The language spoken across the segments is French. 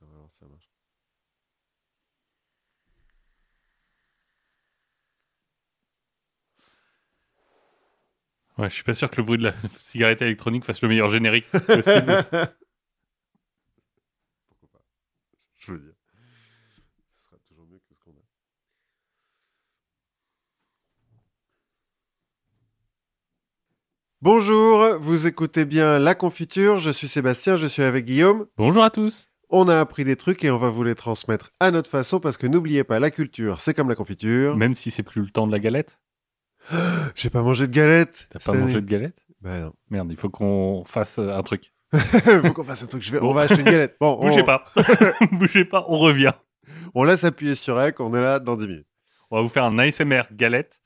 D'accord, ça marche. Ouais, je suis pas sûr que le bruit de la cigarette électronique fasse le meilleur générique possible. Pourquoi pas Je veux dire. Ce sera toujours mieux que ce qu'on a. Bonjour, vous écoutez bien La Confiture, je suis Sébastien, je suis avec Guillaume. Bonjour à tous. On a appris des trucs et on va vous les transmettre à notre façon parce que n'oubliez pas, la culture, c'est comme la confiture. Même si c'est plus le temps de la galette. J'ai pas mangé de galette. T'as pas cette mangé année. de galette Bah non. Merde, il faut qu'on fasse euh, un truc. Faut qu'on fasse un truc. Je vais... Bon. On va acheter une galette. Bon, Bougez on... pas. Bougez pas, on revient. on laisse appuyer sur REC, on est là dans 10 minutes. On va vous faire un ASMR galette.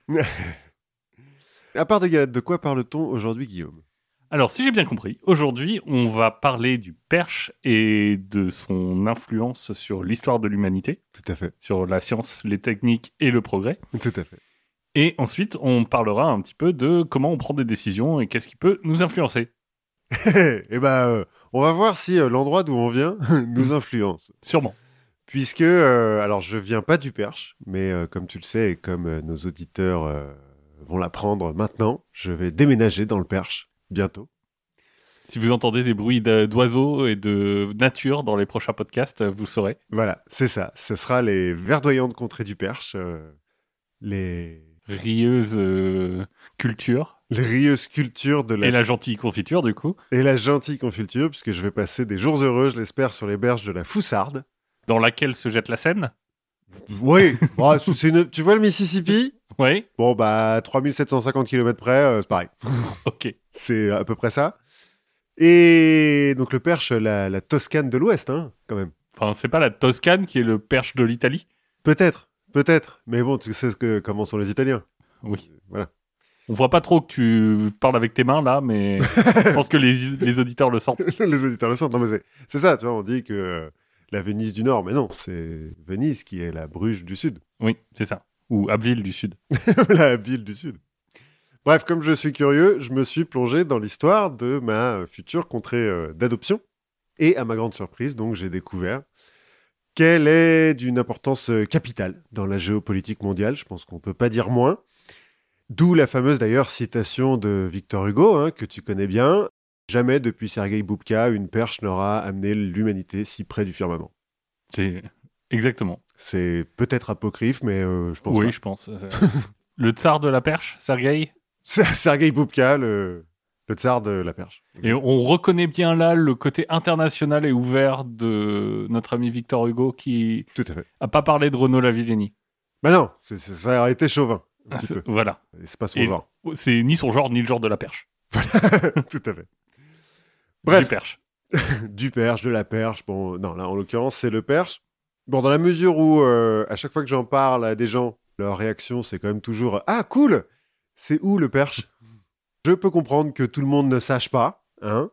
À part des galettes, de quoi parle-t-on aujourd'hui, Guillaume Alors, si j'ai bien compris, aujourd'hui, on va parler du perche et de son influence sur l'histoire de l'humanité, Tout à fait. sur la science, les techniques et le progrès. Tout à fait. Et ensuite, on parlera un petit peu de comment on prend des décisions et qu'est-ce qui peut nous influencer. Eh ben, euh, on va voir si euh, l'endroit d'où on vient nous influence. Sûrement. Puisque, euh, alors je viens pas du Perche, mais euh, comme tu le sais et comme euh, nos auditeurs euh, vont l'apprendre maintenant, je vais déménager dans le Perche bientôt. Si vous entendez des bruits d'a- d'oiseaux et de nature dans les prochains podcasts, euh, vous saurez. Voilà, c'est ça. Ce sera les verdoyantes contrées du Perche, euh, les, Rieuse euh, culture les rieuses cultures de la et la gentille confiture, du coup, et la gentille confiture, puisque je vais passer des jours heureux, je l'espère, sur les berges de la Foussarde. dans laquelle se jette la Seine. Oui, bah, c'est une- tu vois le Mississippi Oui, Bon, bah, 3750 km près, euh, c'est pareil. ok. C'est à peu près ça. Et donc le Perche, la, la Toscane de l'Ouest, hein, quand même. Enfin, c'est pas la Toscane qui est le perche de l'Italie Peut-être, peut-être. Mais bon, tu sais ce que, comment sont les Italiens. Oui. Voilà. On voit pas trop que tu parles avec tes mains, là, mais je pense que les, les auditeurs le sentent. les auditeurs le sentent. Non, mais c'est- c'est ça, tu vois, on dit que euh, la Venise du Nord, mais non, c'est Venise qui est la Bruges du Sud. Oui, c'est ça. Ou Abbeville du Sud. la ville du Sud. Bref, comme je suis curieux, je me suis plongé dans l'histoire de ma euh, future contrée euh, d'adoption. Et à ma grande surprise, donc, j'ai découvert qu'elle est d'une importance euh, capitale dans la géopolitique mondiale. Je pense qu'on ne peut pas dire moins. D'où la fameuse, d'ailleurs, citation de Victor Hugo, hein, que tu connais bien. Jamais depuis Sergei Boubka, une perche n'aura amené l'humanité si près du firmament. C'est... Exactement. C'est peut-être apocryphe, mais euh, je pense oui, pas. je pense. Euh, le tsar de la perche, Sergueï C'est Sergei Boubka, le, le tsar de la perche. Et on reconnaît bien là le côté international et ouvert de notre ami Victor Hugo qui Tout à fait. a pas parlé de Renaud Lavillenie. Bah non, c'est- c'est- ça aurait été chauvin. Un petit peu. Voilà. Et C'est pas son Ah, Et- genre. C'est ni son genre ni le genre de la perche. Tout à fait. Bref, Du perche. du perche, de la perche. Bon, non, là, en l'occurrence, c'est le perche. Bon, dans la mesure où, euh, à chaque fois que j'en parle à des gens, leur réaction, c'est quand même toujours Ah, cool C'est où le perche Je peux comprendre que tout le monde ne sache pas. Hein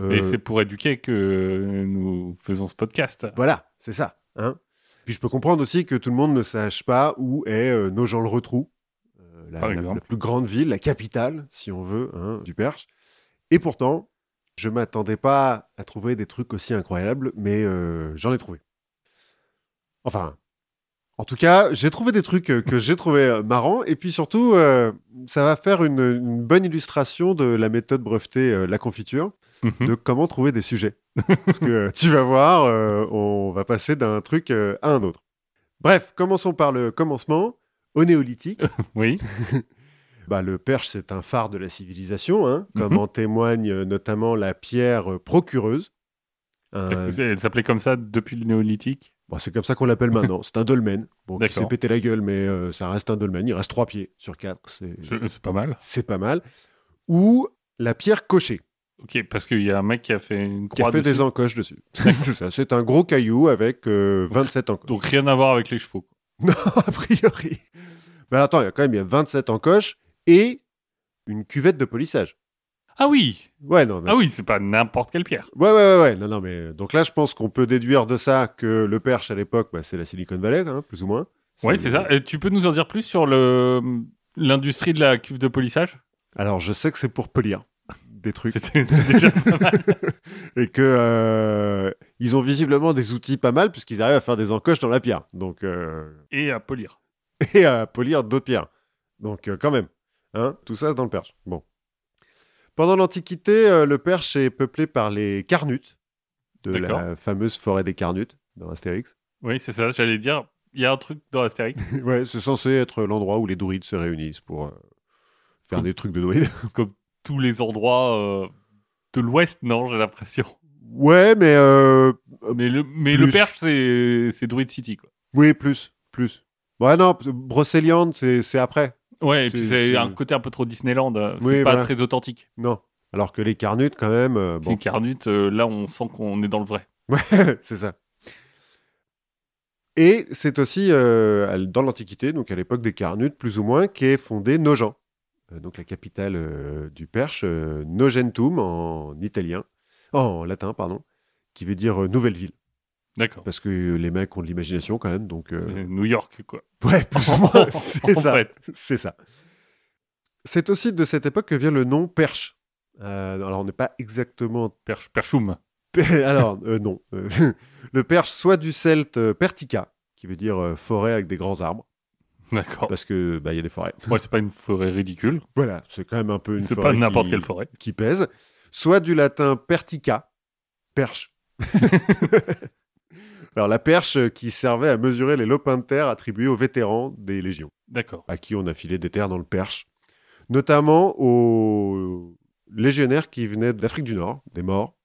Euh, Et c'est pour éduquer que nous faisons ce podcast. Voilà, c'est ça. Hein Puis je peux comprendre aussi que tout le monde ne sache pas où est euh, Nogent-le-Retrou, euh, la, Par la- exemple. la plus grande ville, la capitale, si on veut, hein, du Perche. Et pourtant, je m'attendais pas à trouver des trucs aussi incroyables, mais euh, j'en ai trouvé. Enfin, en tout cas, j'ai trouvé des trucs euh, que j'ai trouvé euh, marrants, et puis surtout, euh, ça va faire une, une bonne illustration de la méthode brevetée euh, la confiture Mhm. de comment trouver des sujets. Parce que euh, tu vas voir, euh, on va passer d'un truc euh, à un autre. Bref, commençons par le commencement. Au néolithique, Oui. bah, le perche, c'est un phare de la civilisation, hein, comme Mhm. en témoigne euh, notamment la pierre euh, procureuse. Un- Elle s'appelait comme ça depuis le néolithique. bon, c'est comme ça qu'on l'appelle maintenant. C'est un dolmen. Bon, qui D'accord. s'est pété la gueule, mais euh, ça reste un dolmen. Il reste trois pieds sur quatre. C'est, C'est c'est pas mal. c'est pas mal. Ou la pierre cochée. Ok, parce qu'il y a un mec qui a fait une qui croix a fait dessus. des encoches dessus. c'est ça, c'est un gros caillou avec euh, 27 encoches. Donc rien à voir avec les chevaux. a priori. Mais alors, attends, il y a quand même il y a 27 encoches et une cuvette de polissage. Ah oui Ouais, non, mais... Ah oui, c'est pas n'importe quelle pierre. Ouais, ouais, ouais, ouais. Non, non, mais donc là, je pense qu'on peut déduire de ça que le perche à l'époque, bah, c'est la Silicon Valley, hein, plus ou moins. Ouais, c'est ça. Et tu peux nous en dire plus sur le l'industrie de la cuve de polissage Alors, je sais que c'est pour polir des trucs C'était c'est déjà pas mal. et que euh, il Ils ont visiblement des outils pas mal puisqu'ils arrivent à faire des encoches dans la pierre. Donc, euh, Et à polir. et à polir d'autres pierres. Donc euh, quand même, hein, tout ça dans le Perche. Bon. Pendant l'Antiquité, euh, le Perche est peuplé par les Carnutes, de la D'accord. fameuse forêt des Carnutes dans Astérix. Oui, c'est ça, j'allais dire. Il y a un truc dans Astérix. ouais, c'est censé être l'endroit où les druides se réunissent pour euh, faire des trucs de druides. Tous les endroits euh, de l'Ouest, non, j'ai l'impression. ouais, mais euh, Mais le, mais le Plus. Perche, c'est c'est Druid City, quoi. oui, plus, plus. Ouais, non, parce que Brocéliande, c'est c'est après. Ouais, et C'est- puis c'est c'est- un côté un peu trop Disneyland. euh, C'est Oui, pas voilà. très authentique. Non. Alors que les Carnutes, quand même, euh, bon, Les Carnutes, euh, là, on sent qu'on est dans le vrai. c'est ça. Et c'est aussi euh, à- dans l'Antiquité, donc à l'époque des Carnutes, plus ou moins, qu'est fondée Nogent, Euh, donc la capitale euh, du Perche, euh, Nogentum en italien, oh, en latin, pardon, qui veut dire euh, nouvelle ville. D'accord. Parce que les mecs ont de l'imagination quand même, donc. euh, C'est New York, quoi. Ouais, plus ou moins, c'est En ça. fait. C'est ça. C'est aussi de cette époque que vient le nom Perche. Euh, alors on n'est pas exactement Perche, Perchoum. Alors, euh, non. Euh, le perche, soit du celte euh, pertica, qui veut dire euh, forêt avec des grands arbres, D'accord. parce que bah, il y a des forêts. Ouais, c'est pas une forêt ridicule. Voilà, c'est quand même un peu une C'est forêt pas n'importe qui, quelle forêt. qui pèse. Soit du latin pertica, perche. Alors, la perche euh, qui servait à mesurer les lopins de terre attribués aux vétérans des légions, D'accord. à qui on a filé des terres dans le perche, notamment aux légionnaires qui venaient d'Afrique du Nord, des morts.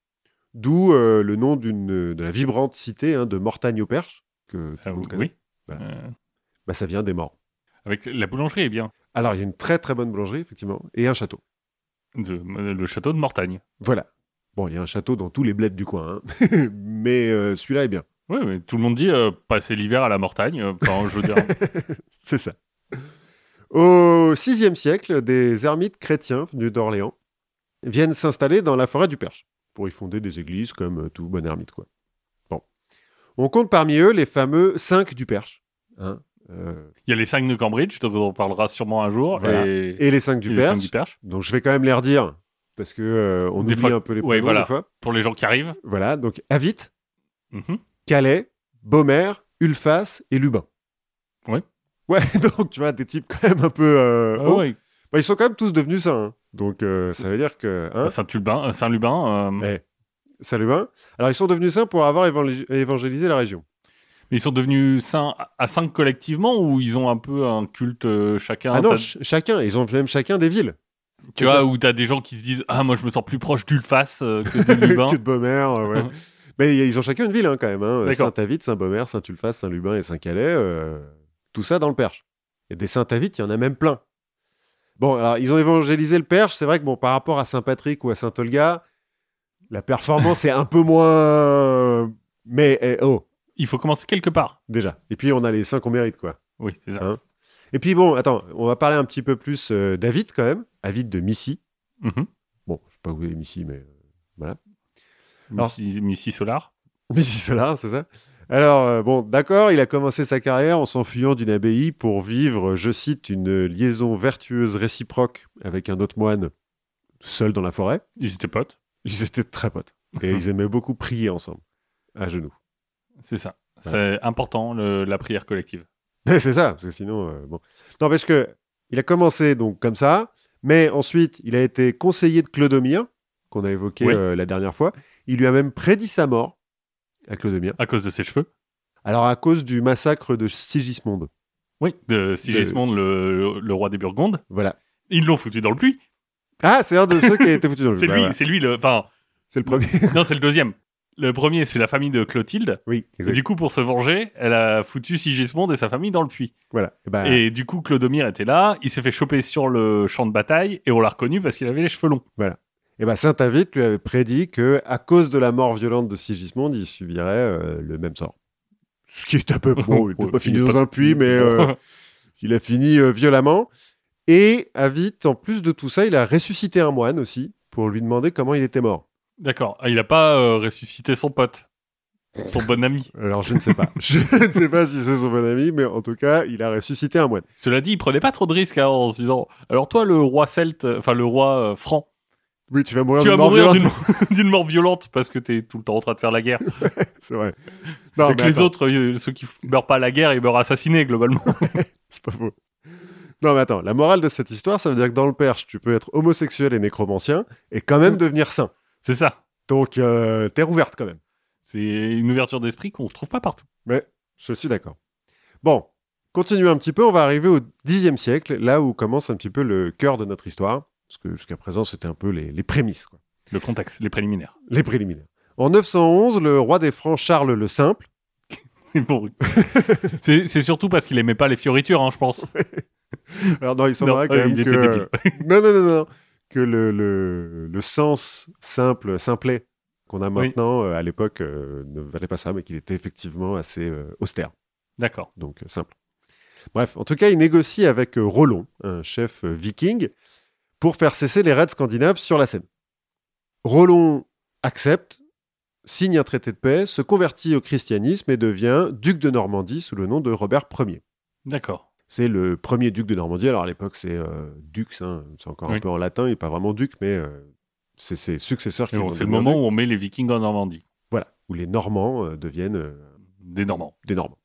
D'où euh, le nom d'une de la vibrante cité hein, de Mortagne au Perche. Que tout Ah le monde connaît. oui. Voilà. Euh, Bah, ça vient des morts. avec la boulangerie, eh bien. Alors, il y a une très très bonne boulangerie, effectivement, et un château. De, le château de Mortagne. Voilà. Bon, il y a un château dans tous les bleds du coin, hein. mais euh, celui-là est bien. Oui, mais tout le monde dit euh, passer l'hiver à la Mortagne. euh, Enfin, je veux dire, C'est ça. Au VIe siècle, des ermites chrétiens venus d'Orléans viennent s'installer dans la forêt du Perche pour y fonder des églises comme euh, tout bon ermite. Quoi. Bon. On compte parmi eux les fameux cinq du Perche. hein, euh, il y a les 5 de Cambridge, donc on en parlera sûrement un jour. Voilà. Et, et les cinq du et les cinq Perche. du Perche. Donc je vais quand même les redire parce que euh, on Des oublie fois- un peu les ouais, prénoms voilà. des fois. Pour les gens qui arrivent. Voilà, donc Avit, Mhm. Calais, Beaumer, Ulfas et Lubin. Ouais. Ouais, donc tu vois des types quand même un peu euh, Ah hauts. ouais. Bah, ils sont quand même tous devenus ça. hein. Donc euh, ça veut dire que hein, Saint-Lubin. euh, Saint-Lubin euh, Ouais. ça le vin. Alors ils sont devenus saints pour avoir évangé- évangélisé la région. mais Ils sont devenus saints à- à 5 collectivement ou ils ont un peu un culte euh, chacun Ah non, T'as- ch- chacun, ils ont même chacun des villes. Tu vois, où t'as des gens qui se disent Ah, moi je me sens plus proche d'Ulfas euh, que de Lubin. que de Beaumer, euh, ouais. Mais y- ils ont chacun une ville hein, quand même. Hein. D'accord. Saint-Avit, Saint-Beaumer, Saint-Ulphace, Saint-Lubin et Saint-Calais. euh, tout ça dans le Perche. Et des Saint-Avit, il y en a même plein. Bon, alors ils ont évangélisé le Perche. C'est vrai que bon, par rapport à Saint-Patrick ou à Saint-Olga, la performance est un peu moins. Mais eh, oh, Il faut commencer quelque part. déjà. Et puis on a les saints qu'on mérite, quoi. Oui, c'est ça. Hein Et puis bon, attends, on va parler un petit peu plus euh, d'Avit quand même. Avit de Missy. Mhm. Bon, je sais pas où est Missy, mais. euh, Alors- Missy, Missy Solar. Mais si cela, c'est ça. Alors, euh, bon, d'accord, il a commencé sa carrière en s'enfuyant d'une abbaye pour vivre, je cite, une liaison vertueuse réciproque avec un autre moine, seul dans la forêt. Ils étaient potes. Ils étaient très potes. Et ils aimaient beaucoup prier ensemble, à genoux. C'est ça. C'est important, le- la prière collective. Mais c'est ça, parce que sinon, euh, bon. Non, parce que il a commencé donc comme ça, mais ensuite, il a été conseiller de Clodomir, qu'on a évoqué Oui. euh, la dernière fois. Il lui a même prédit sa mort à Clodomir. À cause de ses cheveux. Alors, à cause du massacre de Sigismond. Oui, de Sigismond, le, le- le roi des Burgondes. Voilà. Ils l'ont foutu dans le puits. Ah, c'est un de ceux qui a été foutu dans le C'est bah, lui, voilà. c'est lui le. Enfin, C'est le premier. non, c'est le deuxième. Le premier, c'est la famille de Clotilde. oui, Et du coup, pour se venger, elle a foutu Sigismond et sa famille dans le puits. Voilà. Et bah, Et du coup, Clodomir était là. Il s'est fait choper sur le champ de bataille et on l'a reconnu parce qu'il avait les cheveux longs. et bah, Saint Avit lui avait prédit que, à cause de la mort violente de Sigismond, il subirait euh, le même sort. Ce qui est à peu près. Bon, il n'a Ouais, pas il fini est dans pas- un puits, mais euh, il a fini euh, violemment. Et Avit, en plus de tout ça, il a ressuscité un moine aussi pour lui demander comment il était mort. D'accord. Ah, il n'a pas euh, ressuscité son pote, son bon ami. Alors, je ne sais pas. je ne sais pas si c'est son bon ami, mais en tout cas, il a ressuscité un moine. Cela dit, il prenait pas trop de risques hein, en se disant. Alors toi, le roi celte, enfin le roi euh, franc, Oui, tu vas mourir tu d'une vas mort mourir violente. d'une d'une mort violente parce que t'es tout le temps en train de faire la guerre. C'est vrai. Non, et que mais les attends, autres, euh, ceux qui f- meurent pas à la guerre, ils meurent assassinés globalement. c'est pas beau. Non, mais attends, la morale de cette histoire, ça veut dire que dans le Perche, tu peux être homosexuel et nécromancien et quand Mm. même devenir saint. C'est ça. Donc, euh, terre ouverte quand même. C'est une ouverture d'esprit qu'on retrouve pas partout. Je suis d'accord. Bon, continuons un petit peu. On va arriver au Xe siècle, là où commence un petit peu le cœur de notre histoire. Parce que jusqu'à présent, c'était un peu les, les prémices, quoi. Le contexte, les préliminaires. les préliminaires. En 911, le roi des Francs Charles le Simple, Mais bon, c'est c'est surtout parce qu'il aimait pas les fioritures, hein, je pense. Alors non, il Non, semblerait quand euh, même il que... était débile. non, non, non, non. Que le, le, le sens simple, simplet qu'on a maintenant, euh, à l'époque, euh, ne valait pas ça, mais qu'il était effectivement assez euh, austère, D'accord. donc euh, simple. Bref, en tout cas, il négocie avec euh, Rollon, un chef euh, viking, pour faire cesser les raids scandinaves sur la Seine. Rollon accepte, signe un traité de paix, se convertit au christianisme et devient duc de Normandie sous le nom de Robert Ier. D'accord. C'est le premier duc de Normandie. Alors à l'époque, c'est euh, dux, hein. c'est encore un Oui. peu en latin, il n'est pas vraiment duc, mais euh, c'est ses successeurs qui Mais bon, vont c'est le devenir moment ducs. où on met les Vikings en Normandie. Voilà, où les Normands euh, deviennent euh, Des Normands. des Normands.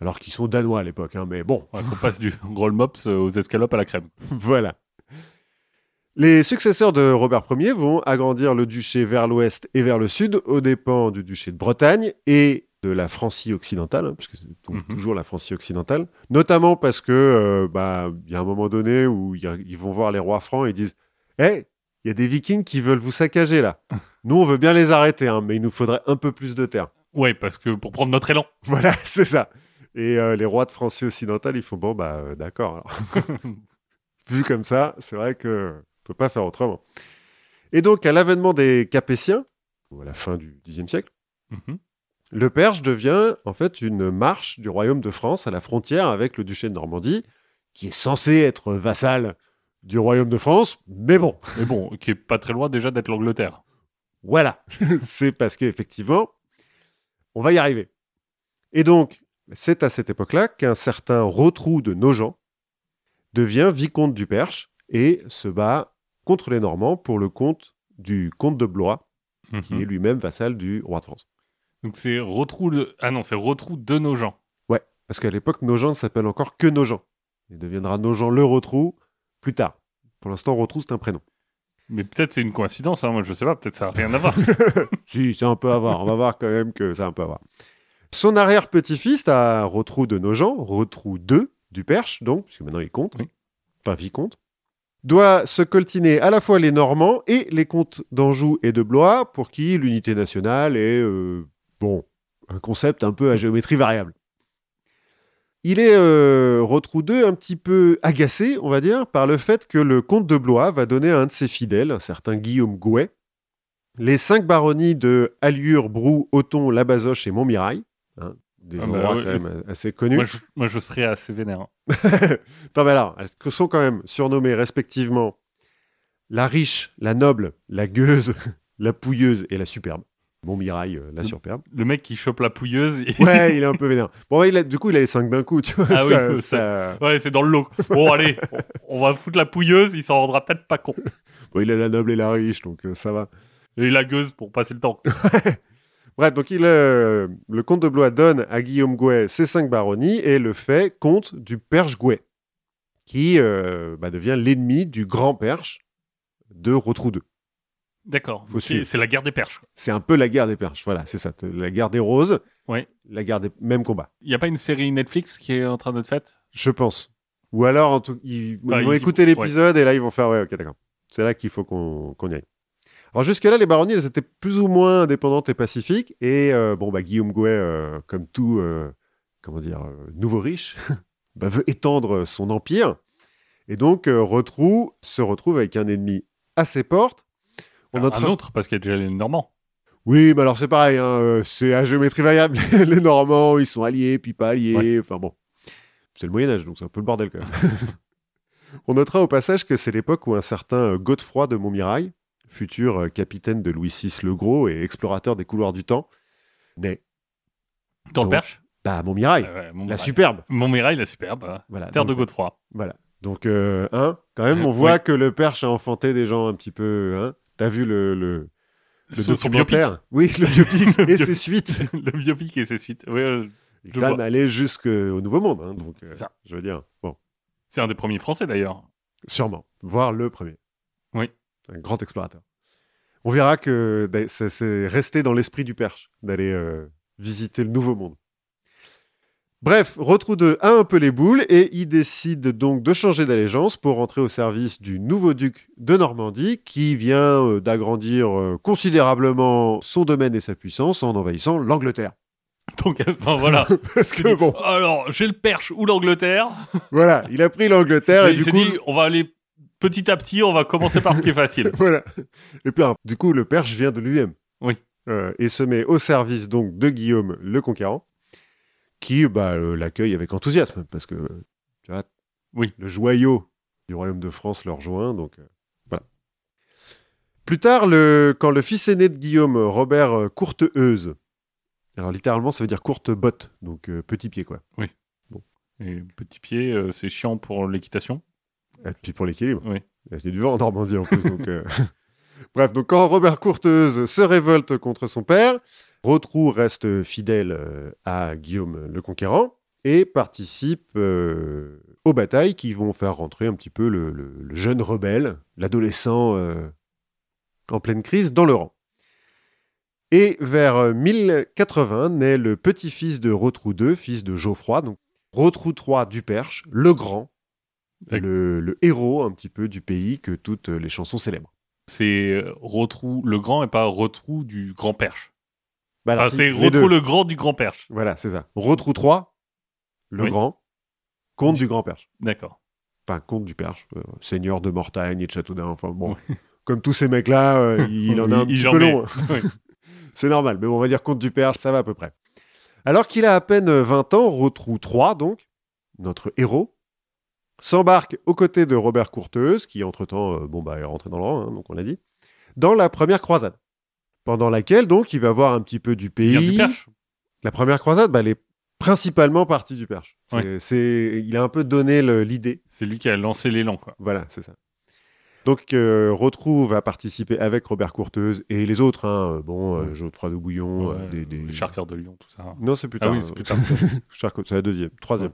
Alors qu'ils sont danois à l'époque, hein, mais bon, Ouais, on passe du roll mops euh, aux escalopes à la crème. voilà. Les successeurs de Robert Ier vont agrandir le duché vers l'ouest et vers le sud, aux dépens du duché de Bretagne et de la Francie occidentale, hein, puisque c'est donc Mhm. toujours la Francie occidentale, notamment parce que euh, bah, il y a un moment donné où il y a- ils vont voir les rois francs et ils disent Hé, il y a des vikings qui veulent vous saccager là. Nous, on veut bien les arrêter, hein, mais il nous faudrait un peu plus de terre. Ouais, parce que pour prendre notre élan. Voilà, c'est ça. Et euh, les rois de Francie occidentale, ils font bon, bah euh, d'accord. alors. Vu comme ça, c'est vrai que euh, on peut pas faire autrement. Et donc, à l'avènement des Capétiens, ou à la fin du Xe siècle, Mhm. le Perche devient en fait une marche du royaume de France à la frontière avec le duché de Normandie, qui est censé être vassal du royaume de France, mais bon, Mais bon, qui est pas très loin déjà d'être l'Angleterre. Voilà, c'est parce qu'effectivement, on va y arriver. Et donc, c'est à cette époque-là qu'un certain Rotrou de Nogent devient vicomte du Perche et se bat contre les Normands pour le compte du comte de Blois, qui Mhm. est lui-même vassal du roi de France. Donc c'est retrou de... Ah non, c'est retrou de nos gens. Parce qu'à l'époque, Nogent ne s'appelle encore que Nogent. Il deviendra Nogent le Rotrou plus tard. Pour l'instant, Rotrou, c'est un prénom. Mais peut-être c'est une coïncidence, hein, moi je sais pas, peut-être ça a rien à voir. Si, c'est un peu à voir. On va voir quand même que c'est un peu à voir. Son arrière-petit-fils à Rotrou de Nogent, Rotrou 2 du Perche, donc, puisque maintenant il compte, Oui. enfin vicomte, doit se coltiner à la fois les Normands et les comtes d'Anjou et de Blois, pour qui l'unité nationale est, euh, bon, un concept un peu à géométrie variable. Il est, euh, Rotrou 2, un petit peu agacé, on va dire, par le fait que le comte de Blois va donner à un de ses fidèles, un certain Guillaume Gouet, les cinq baronnies de Allure, Brou, Othon, Labazoche et Montmirail, hein, des Ah bah endroits ouais, quand même assez connus. moi, je, moi, je serais assez vénère. hein. Non, mais alors, elles que sont quand même surnommées respectivement la riche, la noble, la gueuse, la pouilleuse et la superbe. Montmirail, euh, la superbe. Le mec qui chope la pouilleuse, il- Ouais, il est un peu vénère. Bon, ouais, il a- du coup, il a les cinq d'un coup, tu vois. Ah oui, ça- ça- ça- ouais, c'est dans le lot. Bon, allez, on, on va foutre la pouilleuse, il s'en rendra peut-être pas compte. Bon, il a la noble et la riche, donc euh, ça va. Et la gueuse pour passer le temps. Bref, donc il, euh, le comte de Blois donne à Guillaume Gouet ses cinq baronnies et le fait comte du Perche Gouet, qui euh, bah, devient l'ennemi du grand Perche de Rotrou II. D'accord, Faut ok, suivre. c'est la guerre des perches. C'est un peu la guerre des Perches, voilà, c'est ça. t- La guerre des roses, Ouais. la guerre des mêmes combats, Il y a pas une série Netflix qui est en train d'être faite je pense. Ou alors, en tout- ils, Bah, ils vont ils- écouter l'épisode et là, ils vont faire, ouais, ok, d'accord. C'est là qu'il faut qu'on qu'on y aille. Alors jusque-là, les baronnies, elles étaient plus ou moins indépendantes et pacifiques. Et euh, bon, bah, Guillaume Gouet, euh, comme tout, euh, comment dire, euh, nouveau riche, bah, veut étendre son empire. Et donc, euh, Rotrou se retrouve avec un ennemi à ses portes. On Alors, notera- Un autre, parce qu'il y a déjà les Normands. Oui, mais alors c'est pareil, hein, euh, c'est à géométrie variable. les Normands, ils sont alliés, puis pas alliés. Enfin bon, c'est le Moyen Âge, donc c'est un peu le bordel quand même. On notera au passage que c'est l'époque où un certain euh, Godefroy de Montmirail, futur euh, capitaine de Louis VI le Gros et explorateur des couloirs du temps, naît. Dans Donc, le perche Bah, à Montmirail, Ah ouais, la Montmirail. superbe. Montmirail, la superbe. hein. Voilà. Terre de donc, Godefroy. Voilà. Donc, euh, hein, quand même, Euh, on voit oui. que le Perche a enfanté des gens un petit peu. hein. T'as vu le, le, le Son- son documentaire Oui, le biopic Le et biopic. ses suites. le biopic et ses suites. Oui, euh, Il Je quand vois. aller jusqu'au Nouveau Monde. hein, donc, euh, c'est ça. je veux dire, bon, C'est un des premiers français d'ailleurs. sûrement. Voir le premier. Oui. Un grand explorateur. On verra que d'a- ça- c'est resté dans l'esprit du perche d'aller euh, visiter le Nouveau Monde. Bref, Rotrou 2 a un peu les boules et il décide donc de changer d'allégeance pour rentrer au service du nouveau duc de Normandie qui vient euh, d'agrandir euh, considérablement son domaine et sa puissance en envahissant l'Angleterre. Donc, euh, enfin voilà. Parce Tu que dis, bon, Alors, j'ai le Perche ou l'Angleterre. voilà, il a pris l'Angleterre Et et il du s'est coup, dit, on va aller petit à petit, on va commencer par ce qui est facile. voilà. Et puis, alors, du coup, le perche vient de lui-même. Oui. Euh, et se met au service donc de Guillaume le Conquérant, qui bah, euh, l'accueille avec enthousiasme, parce que euh, tu vois, Oui. le joyau du royaume de France leur joint, donc euh, voilà. Plus tard, le, quand le fils aîné de Guillaume, Robert euh, Courteheuse, alors littéralement ça veut dire courte botte, donc euh, petit pied quoi, Et petit pied, euh, c'est chiant pour l'équitation. et puis pour l'équilibre. Oui. Il y a du vent en Normandie en plus. donc, euh, Bref, donc quand Robert Courteuse se révolte contre son père, Rotrou reste fidèle euh, à Guillaume le Conquérant et participe euh, aux batailles qui vont faire rentrer un petit peu le, le- le jeune rebelle, l'adolescent euh, en pleine crise, dans le rang. Et vers euh, 1080 naît le petit-fils de Rotrou II, fils de Geoffroy, donc Rotrou III du Perche, le grand, D'accord. le, le héros un petit peu du pays que toutes les chansons célèbrent. C'est euh, Rotrou le grand et pas Rotrou du grand Perche. Bah alors, Enfin, si, Ah, c'est les Rotrou deux. le grand du grand Perche. Voilà, c'est ça. Retrou 3, le Oui. grand, comte du grand perche. D'accord. Enfin, comte du perche, euh, seigneur de Mortagne et de Châteaudun. Enfin, bon, comme tous ces mecs-là, euh, il en a un Il- il petit en peu met. long. Oui. C'est normal, mais bon, on va dire comte du perche, ça va à peu près. Alors qu'il a à peine 20 ans, Rotrou 3, donc, notre héros, s'embarque aux côtés de Robert Courteuse, qui entre-temps euh, bon, bah, est rentré dans le rang, hein, donc on l'a dit, dans la première croisade. Pendant laquelle, donc, il va voir un petit peu du Il vient du pays. Perche. La première croisade, bah, elle est principalement partie du Perche. C'est, Ouais. c'est- il a un peu donné le- l'idée. C'est lui qui a lancé l'élan, quoi. Voilà, c'est ça. Donc, euh, Rotrou va participer avec Robert Courteuse et les autres. hein, euh, bon, euh, Ouais. Geoffroy de Bouillon, euh, Ouais, des, des- les charqueurs de Lyon, tout ça. Non, c'est plus Ah tard. euh, oui, c'est plus tard. Charcot, c'est la deuxième, troisième.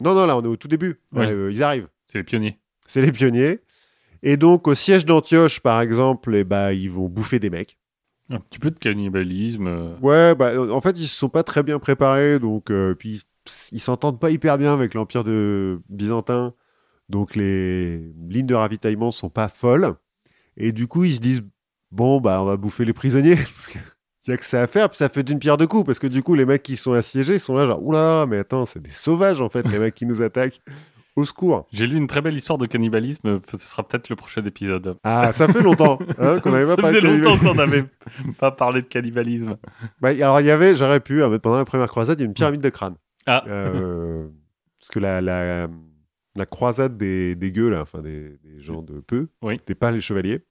Non, non, là, on est au tout début. Ouais. Euh, ils arrivent. C'est les pionniers. C'est les pionniers. Et donc, au siège d'Antioche, par exemple, eh bah, ils vont bouffer des mecs. Un petit peu de cannibalisme. euh, Ouais, bah, en fait, ils se sont pas très bien préparés, donc euh, puis ils- ils s'entendent pas hyper bien avec l'empire de byzantin, donc les lignes de ravitaillement sont pas folles, et du coup ils se disent bon bah on va bouffer les prisonniers parce que y a que ça à faire, puis ça fait d'une pierre deux coups parce que du coup les mecs qui sont assiégés ils sont là genre oula mais attends c'est des sauvages en fait les mecs qui nous attaquent, au secours. J'ai lu une très belle histoire de cannibalisme. euh, Ce sera peut-être le prochain épisode. Ah ça fait longtemps hein, qu'on avait pas ça parlé faisait de cannibalisme. longtemps qu'on n'avait pas parlé de cannibalisme. Bah, alors, il y avait, j'aurais pu, euh, pendant la première croisade, il y a une pyramide de crâne. Ah. Euh, parce que la, la, la croisade des, des gueux, là, enfin des, des gens de peu, Oui. t'es pas les chevaliers,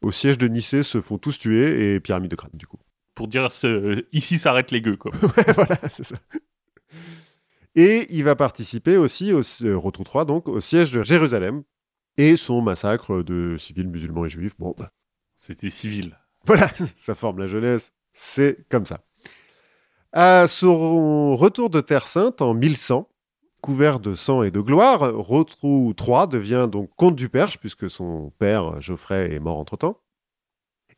au siège de Nicée se font tous tuer et pyramide de crâne, du coup. Pour dire ce- euh, ici s'arrêtent les gueux, quoi. voilà, c'est ça. Et il va participer aussi, au, euh, Rotrou 3, donc, au siège de Jérusalem et son massacre de civils musulmans et juifs. Bon, bah, C'était civil. Voilà, ça forme la jeunesse, c'est comme ça. À son retour de Terre Sainte en 1100, couvert de sang et de gloire, Rotrou III devient donc comte du Perche, puisque son père Geoffrey est mort entre-temps,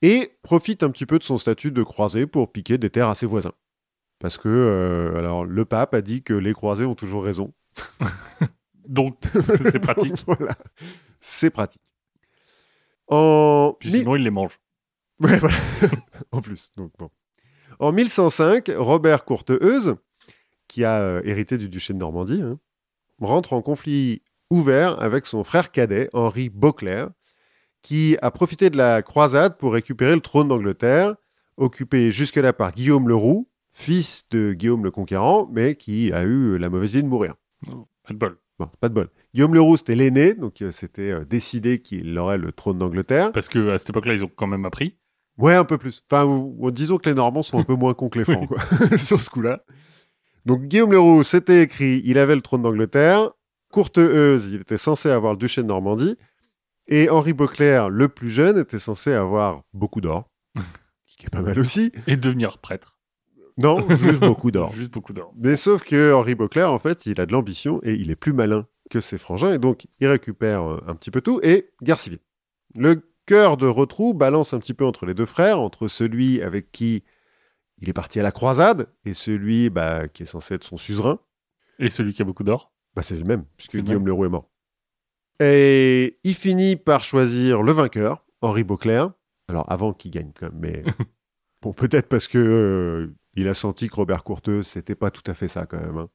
et profite un petit peu de son statut de croisé pour piquer des terres à ses voisins. Parce que, euh, alors, le pape a dit que les croisés ont toujours raison. Donc, c'est pratique. voilà, c'est pratique. En Puis sinon, ils les mangent. Ouais, voilà. en plus, donc bon. En 1105, Robert Courteheuse, qui a euh, hérité du duché de Normandie, hein, rentre en conflit ouvert avec son frère cadet, Henri Beauclerc, qui a profité de la croisade pour récupérer le trône d'Angleterre, occupé jusque-là par Guillaume le Roux, fils de Guillaume le Conquérant, mais qui a eu la mauvaise idée de mourir. Pas de bol. Bon, pas de bol. Guillaume le Roux, c'était l'aîné, donc euh, c'était euh, décidé qu'il aurait le trône d'Angleterre. Parce que à cette époque-là, ils ont quand même appris. Ouais, un peu plus. Enfin, ou- ou disons que les Normands sont un peu moins cons que les Francs, quoi, sur ce coup-là. Donc, Guillaume le Roux s'était écrit, il avait le trône d'Angleterre. Courteheuse, il était censé avoir le duché de Normandie. Et Henri Beauclerc, le plus jeune, était censé avoir beaucoup d'or, ce qui est pas mal aussi. Et devenir prêtre. Non, juste beaucoup d'or. Juste beaucoup d'or. Mais sauf que Henri Beauclerc, en fait, il a de l'ambition et il est plus malin que ses frangins, et donc il récupère euh, un petit peu tout, et guerre civile. Le cœur de Rotrou balance un petit peu entre les deux frères, entre celui avec qui il est parti à la croisade, et celui bah, qui est censé être son suzerain. Et celui qui a beaucoup d'or. Bah, c'est le même, puisque C'est le Guillaume Leroux est mort. Et il finit par choisir le vainqueur, Henri Beauclerc. Alors, avant qu'il gagne, quand même, mais bon, peut-être parce que euh, il a senti que Robert Courteux, c'était pas tout à fait ça, quand même. hein.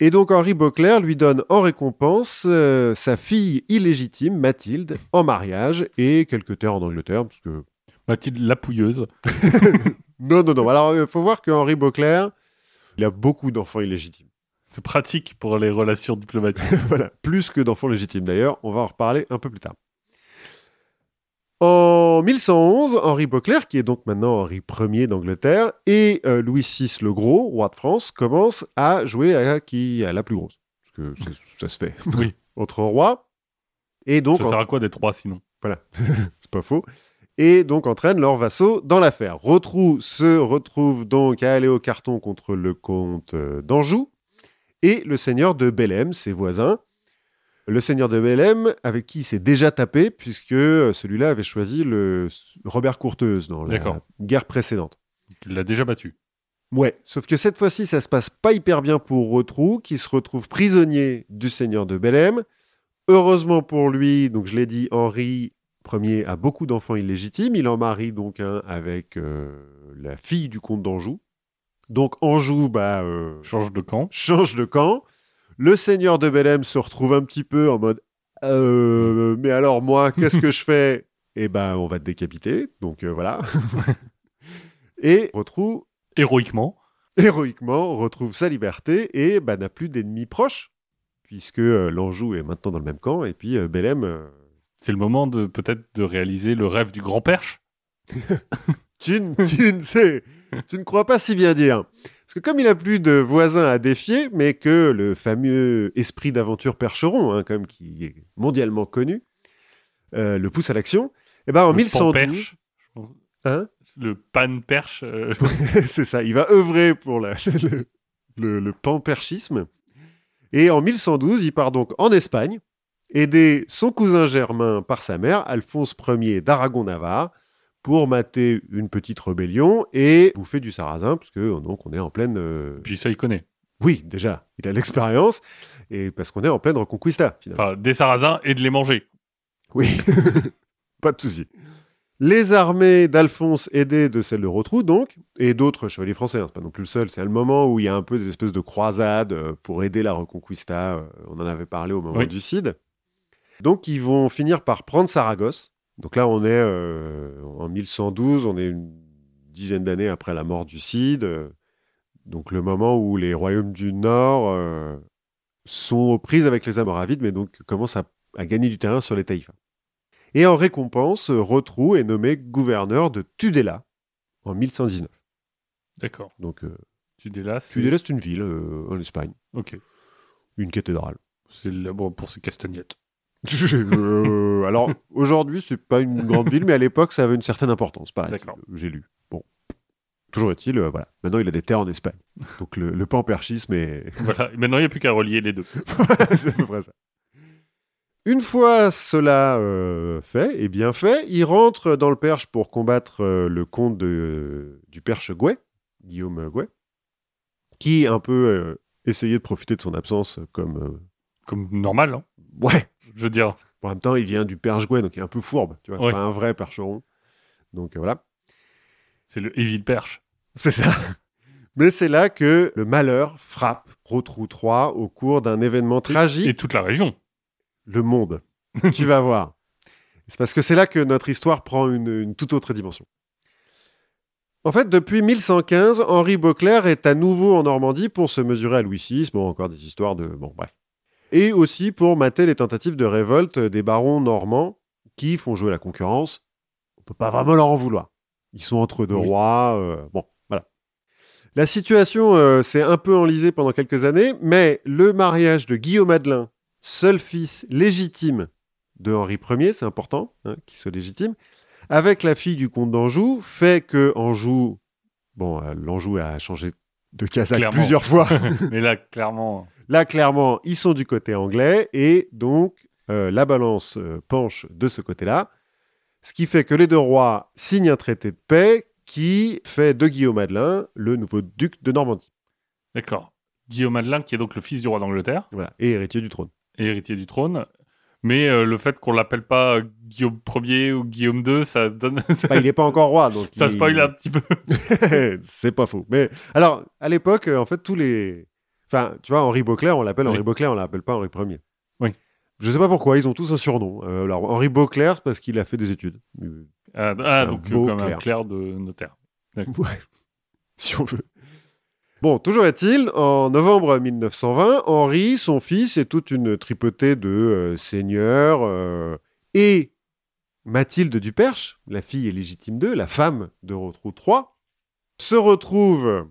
Et donc, Henri Beauclerc lui donne en récompense euh, sa fille illégitime, Mathilde, en mariage et quelques terres en Angleterre, parce que Mathilde Lapouilleuse. non, non, non. Alors, il faut voir que Henri Beauclerc, il a beaucoup d'enfants illégitimes. C'est pratique pour les relations diplomatiques. Voilà, plus que d'enfants légitimes d'ailleurs, on va en reparler un peu plus tard. En 1111, Henri Beauclerc, qui est donc maintenant Henri Ier d'Angleterre, et euh, Louis VI le Gros, roi de France, commencent à jouer à qui à la plus grosse. Parce que ça, ça se fait Oui. entre rois. Et donc, Ça sert à quoi d'être trois sinon c'est pas faux. Et donc entraînent leurs vassaux dans l'affaire. Rotrou se retrouve donc à aller au carton contre le comte euh, d'Anjou et le seigneur de Bellem, ses voisins. Le seigneur de Bellem, avec qui il s'est déjà tapé, puisque euh, celui-là avait choisi le Robert Courteuse dans la D'accord. guerre précédente. Il l'a déjà battu. Ouais, sauf que cette fois-ci, ça se passe pas hyper bien pour Rotrou, qui se retrouve prisonnier du seigneur de Bellem. Heureusement pour lui, donc je l'ai dit, Henri Ier a beaucoup d'enfants illégitimes. Il en marie donc un avec euh, la fille du comte d'Anjou. Donc Anjou, bah, euh, Change de camp. change de camp. Le seigneur de Bellem se retrouve un petit peu en mode Euh, mais alors moi, qu'est-ce que je fais Eh ben, on va te décapiter. Donc euh, voilà. Et Rotrou Héroïquement. héroïquement retrouve sa liberté et bah, n'a plus d'ennemis proches, puisque euh, l'Anjou est maintenant dans le même camp, et puis euh, Bellem... euh, C'est le moment de peut-être de réaliser le rêve du grand perche. tu, ne- tu ne sais, tu ne crois pas si bien dire. Parce que comme il a plus de voisins à défier, mais que le fameux esprit d'aventure percheron, hein, comme qui est mondialement connu, euh, le pousse à l'action, et ben en le 1112, pan-perche, je pense. Hein le pan perche. euh, c'est ça, il va œuvrer pour la- le, le, le panperchisme. Et en 1112, il part donc en Espagne, aider son cousin germain par sa mère, Alphonse Ier d'Aragon-Navarre, pour mater une petite rébellion et bouffer du sarrasin, parce que donc on est en pleine... euh, Puis ça, il connaît. Oui, déjà, il a l'expérience, et parce qu'on est en pleine reconquista, finalement. Enfin, des sarrasins et de les manger. Oui, pas de souci. Les armées d'Alphonse aidées de celles de Rotrou, donc, et d'autres chevaliers français, hein, c'est pas non plus le seul, c'est le moment où il y a un peu des espèces de croisades euh, pour aider la Reconquista, euh, on en avait parlé au moment Oui. du Cid. Donc ils vont finir par prendre Saragosse. Donc là on est euh, en 1112, on est une dizaine d'années après la mort du Cid, euh, donc le moment où les royaumes du Nord euh, sont aux prises avec les Amoravides, mais donc commencent à, à gagner du terrain sur les Taïfas. Et en récompense, Rotrou est nommé gouverneur de Tudela en 1119. D'accord. Donc euh, Tu délasses. Tudela, c'est une ville euh, en Espagne, Ok. une cathédrale. C'est le- bon, pour ces castagnettes. Euh, alors aujourd'hui, c'est pas une grande ville, mais à l'époque, ça avait une certaine importance. Pareil, D'accord. j'ai lu. Bon, toujours est-il, euh, voilà. Maintenant, il a des terres en Espagne. Donc le, le panperchisme est, voilà. Et maintenant, il n'y a plus qu'à relier les deux. c'est à peu près ça. Une fois cela euh, fait et bien fait, il rentre dans le Perche pour combattre euh, le comte de- euh, du Perche Gouet, Guillaume Gouet, qui un peu euh, essayait de profiter de son absence comme... euh, Comme normal. hein. Ouais Je veux dire, en même temps, il vient du Perche Gouet, donc il est un peu fourbe, tu vois, c'est Ouais. pas un vrai percheron. Donc euh, voilà. c'est le Evil Perche. C'est ça. Mais c'est là que le malheur frappe Rotrou 3 au cours d'un événement tragique. Et toute la région. le monde. tu vas voir. C'est parce que c'est là que notre histoire prend une, une toute autre dimension. En fait, depuis 1115, Henri Beauclerc est à nouveau en Normandie pour se mesurer à Louis VI, bon, encore des histoires de... Bon, bref. Et aussi pour mater les tentatives de révolte des barons normands qui font jouer la concurrence. On peut pas vraiment leur en vouloir. Ils sont entre deux Oui. rois, euh, bon, voilà. La situation euh, s'est un peu enlisée pendant quelques années, mais le mariage de Guillaume Adelin, seul fils légitime de Henri Ier, c'est important hein, qu'il soit légitime, avec la fille du comte d'Anjou, fait que Anjou, bon, euh, l'Anjou a changé de casaque Clairement. plusieurs fois. Mais là, clairement, Là, clairement, ils sont du côté anglais et donc euh, la balance euh, penche de ce côté-là. Ce qui fait que les deux rois signent un traité de paix qui fait de Guillaume Adelin le nouveau duc de Normandie. d'accord. Guillaume Adelin, qui est donc le fils du roi d'Angleterre Voilà, et héritier du trône. et héritier du trône. Mais euh, le fait qu'on l'appelle pas Guillaume Ier ou Guillaume II, ça donne. Enfin, il n'est pas encore roi, donc. ça il- spoil un petit peu. c'est pas faux. Mais alors, à l'époque, euh, en fait, tous les. Enfin, tu vois, Henri Beauclerc, on l'appelle Oui. Henri Beauclerc, on l'appelle pas Henri Ier. Oui. Je sais pas pourquoi, ils ont tous un surnom. Euh, alors, Henri Beauclerc, c'est parce qu'il a fait des études. Euh, Ah, un ah, donc beau euh, comme un clerc. clerc de notaire. Ouais, si on veut. Bon, toujours est-il, en novembre 1920, Henri, son fils et toute une tripotée de euh, seigneurs euh, et Mathilde Duperche, la fille illégitime d'eux, la femme de Rotrou III, se retrouvent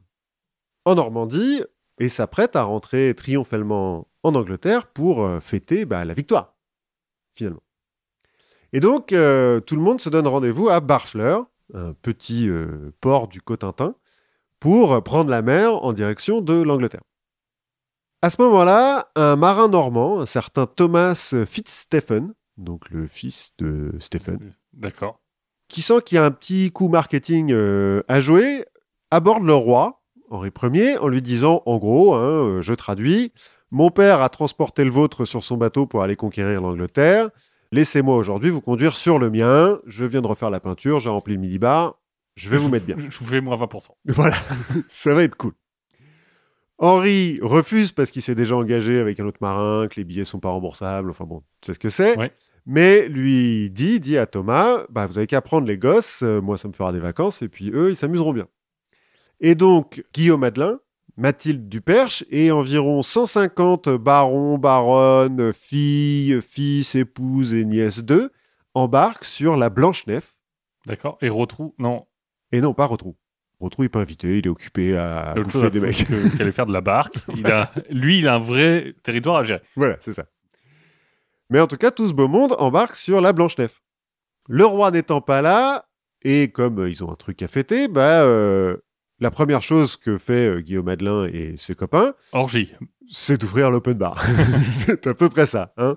en Normandie et s'apprête à rentrer triomphalement en Angleterre pour euh, fêter bah, la victoire, finalement. Et donc, euh, tout le monde se donne rendez-vous à Barfleur, un petit euh, port du Cotentin, pour euh, prendre la mer en direction de l'Angleterre. À ce moment-là, un marin normand, un certain Thomas Fitzstephen, donc le fils de Stephen, D'accord. qui sent qu'il y a un petit coup marketing euh, à jouer, aborde le roi, Henri Ier, en lui disant, en gros, hein, euh, je traduis, mon père a transporté le vôtre sur son bateau pour aller conquérir l'Angleterre, laissez-moi aujourd'hui vous conduire sur le mien, je viens de refaire la peinture, j'ai rempli le minibar, je vais vous mettre bien. Je vous fais moins 20%. Voilà, ça va être cool. Henri refuse parce qu'il s'est déjà engagé avec un autre marin, que les billets sont pas remboursables, enfin bon, tu sais ce que c'est. Ouais. Mais lui dit, dit à Thomas, bah, vous avez qu'à prendre les gosses, euh, moi ça me fera des vacances, et puis eux, ils s'amuseront bien. Et donc, Guillaume Adelin, Mathilde Duperche et environ 150 barons, baronnes, filles, fils, épouses et nièces d'eux embarquent sur la Blanche Nef, D'accord. Et Rotrou, non. et non, pas Rotrou. Rotrou, il n'est pas invité, il est occupé à il y a autre chose bouffer à des foutre mecs. que- qu'aller faire de la barque. Il a, lui, il a un vrai territoire à gérer. voilà, c'est ça. Mais en tout cas, tout ce beau monde embarque sur la Blanche-Nef. Le roi n'étant pas là, et comme euh, ils ont un truc à fêter, bah, euh, la première chose que fait euh, Guillaume Adelin et ses copains, Orgie. c'est d'ouvrir l'open bar. c'est à peu près ça. hein.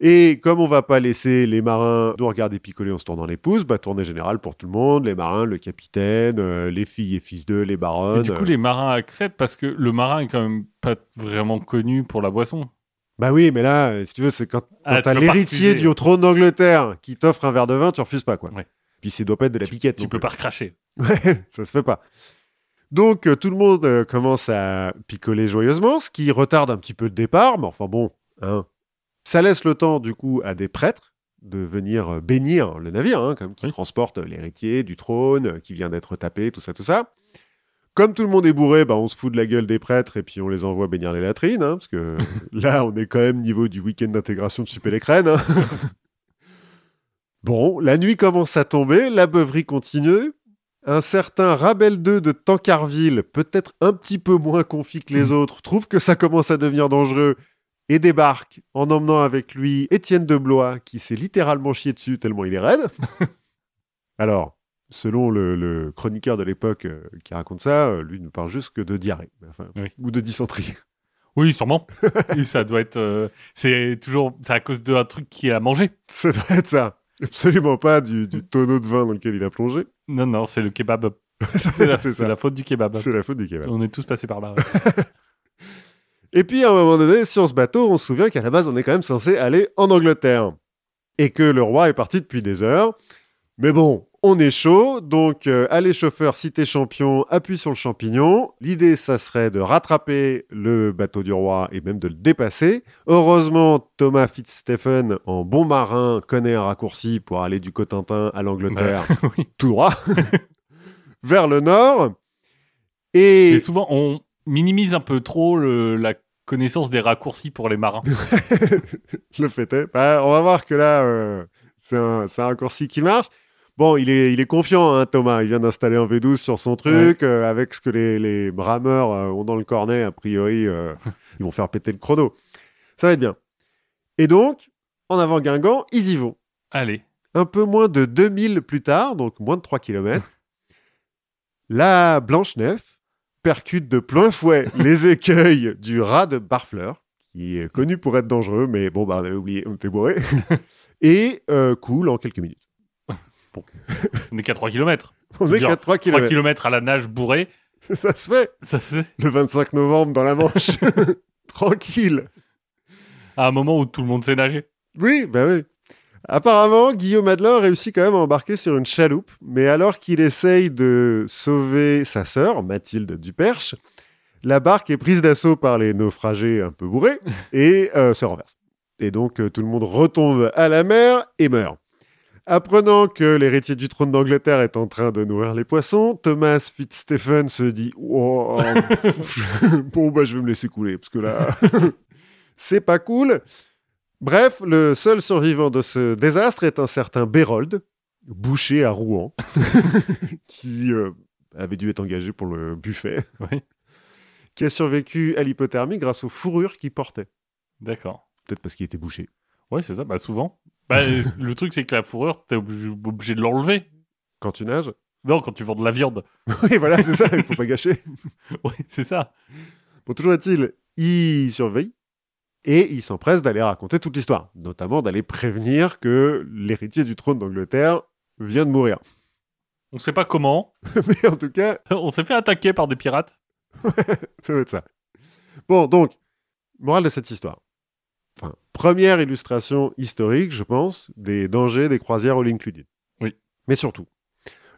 et comme on va pas laisser les marins nous regarder picoler en se tournant les pouces, bah, tournée générale pour tout le monde, les marins, le capitaine, euh, les filles et fils d'eux, les Et baronnes. du coup, les marins acceptent parce que le marin est quand même pas vraiment connu pour la boisson. Bah oui, mais là, euh, si tu veux, c'est quand, quand Ah, tu t'as peux pas refuser. l'héritier du trône d'Angleterre qui t'offre un verre de vin, tu refuses pas, quoi. Ouais. Puis c'est doit pas être de la piquette. Tu non peux plus. pas recracher. Ouais, ça se fait pas. Donc, euh, tout le monde euh, commence à picoler joyeusement, ce qui retarde un petit peu le départ, mais enfin bon, hein. ça laisse le temps, du coup, à des prêtres de venir euh, bénir le navire, hein, comme qui Oui. transporte euh, l'héritier du trône, euh, qui vient d'être tapé, tout ça, tout ça. Comme tout le monde est bourré, bah, on se fout de la gueule des prêtres et puis on les envoie bénir les latrines, hein, parce que là, on est quand même niveau du week-end d'intégration de Super Crènes. hein. bon, la nuit commence à tomber, la beuverie continue, un certain Rabel 2 de Tancarville, peut-être un petit peu moins confit que Hmm. les autres, trouve que ça commence à devenir dangereux et débarque en emmenant avec lui Étienne de Blois, qui s'est littéralement chié dessus tellement il est raide. Alors, selon le, le chroniqueur de l'époque euh, qui raconte ça, euh, lui ne parle juste que de diarrhée, enfin, Oui. ou de dysenterie. Oui, sûrement. Et ça doit être. euh, c'est toujours. C'est à cause d'un truc qu'il a mangé. Ça doit être ça. Absolument pas du, du tonneau de vin dans lequel il a plongé. Non, non, c'est le kebab. C'est la, C'est c'est ça. la faute du kebab. C'est la faute du cavalier. On est tous passés par là. Et puis à un moment donné, sur ce bateau, on se souvient qu'à la base, on est quand même censé aller en Angleterre. Et que le roi est parti depuis des heures. Mais bon, on est chaud, donc euh, allez chauffeur, si t'es champion, appuie sur le champignon. L'idée, ça serait de rattraper le bateau du roi et même de le dépasser. Heureusement, Thomas Fitzstephen, en bon marin, connaît un raccourci pour aller du Cotentin à l'Angleterre, oui. tout droit, vers le nord. Et, Et souvent, on minimise un peu trop le- la connaissance des raccourcis pour les marins. je le fêtais. Bah, on va voir que là, euh, c'est un, c'est un raccourci qui marche. Bon, il est, il est confiant, hein, Thomas. Il vient d'installer un V12 sur son truc, euh, avec ce que les, les brameurs euh, ont dans le cornet. A priori, euh, ils vont faire péter le chrono. Ça va être bien. Et donc, En avant Guingamp, ils y vont. Allez. Un peu moins de 2000 plus tard, donc moins de 3 km, la Blanche-Neuf percute de plein fouet les écueils du rat de Barfleur, qui est connu pour être dangereux, mais bon, bah, on avait oublié, on était bourré, et euh, coule en quelques minutes. On est qu'à 3 km. On est Genre, qu'à 3 3 km. km à la nage bourrée. Ça se fait Ça, c'est le 25 novembre dans la Manche. Tranquille. à un moment où tout le monde sait nager. Oui, bah oui. Apparemment, Guillaume Adelin réussit quand même à embarquer sur une chaloupe, mais alors qu'il essaye de sauver sa sœur, Mathilde Duperche, la barque est prise d'assaut par les naufragés un peu bourrés et euh, se renverse. Et donc, euh, tout le monde retombe à la mer et meurt. Apprenant que l'héritier du trône d'Angleterre est en train de nourrir les poissons, Thomas Fitzstephen se dit Wow, Bon, bah, je vais me laisser couler, parce que là, c'est pas cool. Bref, le seul survivant de ce désastre est un certain Bérold, boucher à Rouen, qui euh, avait dû être engagé pour le buffet, Oui. qui a survécu à l'hypothermie grâce aux fourrures qu'il portait. D'accord. Peut-être parce qu'il était bouché. Ouais, c'est ça, bah souvent. Bah, le truc, c'est que la fourrure, t'es obligé, obligé de l'enlever. Quand tu nages Non, quand tu vends de la viande. Oui, voilà, c'est ça, il faut pas gâcher. Ouais, c'est ça. Bon, toujours est-il, il surveille et il s'empresse d'aller raconter toute l'histoire, notamment d'aller prévenir que l'héritier du trône d'Angleterre vient de mourir. On sait pas comment. Mais en tout cas, On s'est fait attaquer par des pirates. Ça doit être ça. Bon, donc, morale de cette histoire. Enfin, première illustration historique, je pense, des dangers des croisières all included. Oui. Mais surtout,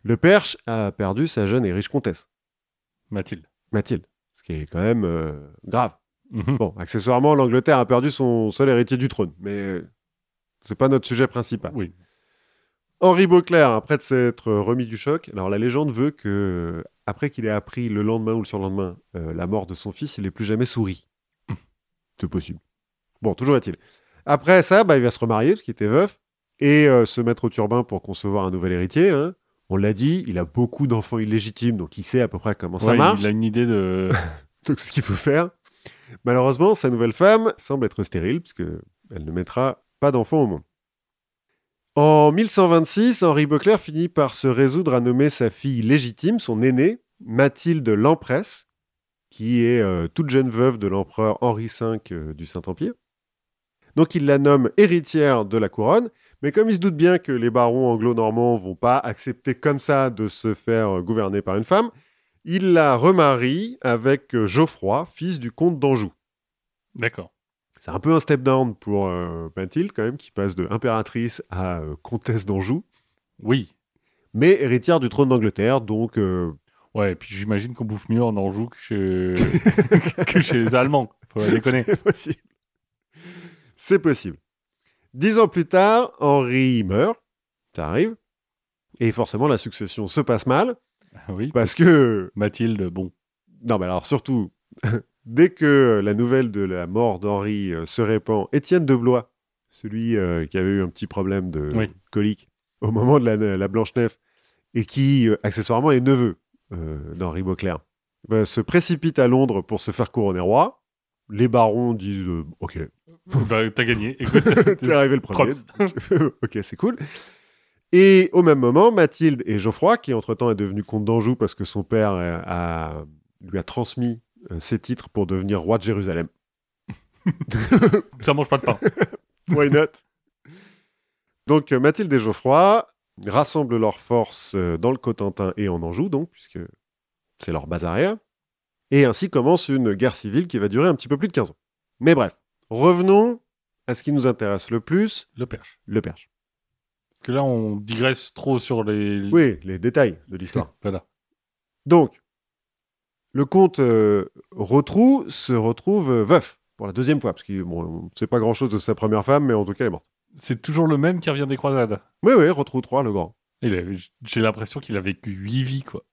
le Perche a perdu sa jeune et riche comtesse, Mathilde. Mathilde. Ce qui est quand même euh, grave. Mhm. Bon, accessoirement, l'Angleterre a perdu son seul héritier du trône, mais euh, c'est pas notre sujet principal. Oui. Henri Beauclerc, après de s'être remis du choc, alors la légende veut que, après qu'il ait appris le lendemain ou le surlendemain euh, la mort de son fils, il n'ait plus jamais souri. C'est possible. Bon, toujours est-il. Après ça, bah, il va se remarier parce qu'il était veuf et euh, se mettre au turbin pour concevoir un nouvel héritier. hein. On l'a dit, il a beaucoup d'enfants illégitimes, donc il sait à peu près comment ça Ouais, marche. Il a une idée de. Donc, c'est ce qu'il faut faire. Malheureusement, sa nouvelle femme semble être stérile, puisque elle ne mettra pas d'enfant au monde. En 1126, Henri Beauclerc finit par se résoudre à nommer sa fille légitime, son aînée, Mathilde l'Empresse, qui est euh, toute jeune veuve de l'empereur Henri V euh, du Saint-Empire. Donc il la nomme héritière de la couronne, mais comme il se doute bien que les barons anglo-normands vont pas accepter comme ça de se faire euh, gouverner par une femme, il la remarie avec euh, Geoffroy, fils du comte d'Anjou. D'accord. C'est un peu un step down pour euh, Mathilde, quand même, qui passe de impératrice à euh, comtesse d'Anjou, Oui. mais héritière du trône d'Angleterre, donc euh, Ouais, et puis j'imagine qu'on bouffe mieux en Anjou que chez, que chez les Allemands. Faut pas déconner. c'est possible. C'est possible. Dix ans plus tard, Henri meurt, ça arrive, et forcément la succession se passe mal, Oui. parce que Mathilde, bon. Non, mais alors surtout, dès que la nouvelle de la mort d'Henri euh, se répand, Étienne de Blois, celui euh, qui avait eu un petit problème de Oui. colique au moment de la, la Blanche-Neuf, et qui, euh, accessoirement, est neveu euh, d'Henri Beauclerc, bah, se précipite à Londres pour se faire couronner roi. Les barons disent euh, Ok, Bah, t'as gagné. Écoute, t'es arrivé le premier. Props. Euh, ok, c'est cool. Et au même moment, Mathilde et Geoffroy, qui entre-temps est devenu comte d'Anjou parce que son père euh, a- lui a transmis euh, ses titres pour devenir roi de Jérusalem. Ça mange pas de pain. Why not Donc euh, Mathilde et Geoffroy rassemblent leurs forces euh, dans le Cotentin et en Anjou, donc, puisque c'est leur base arrière. Et ainsi commence une guerre civile qui va durer un petit peu plus de 15 ans. Mais bref, revenons à ce qui nous intéresse le plus, Le perche. le perche. Parce que là, on digresse trop sur les. Oui, les détails de l'histoire. Voilà. Donc, le comte euh, Rotrou se retrouve euh, veuf pour la deuxième fois, parce qu'on ne sait pas grand-chose de sa première femme, mais en tout cas, elle est morte. C'est toujours le même qui revient des croisades. Oui, oui, Rotrou 3, le grand. Il a- J'ai l'impression qu'il a vécu 8 vies, quoi.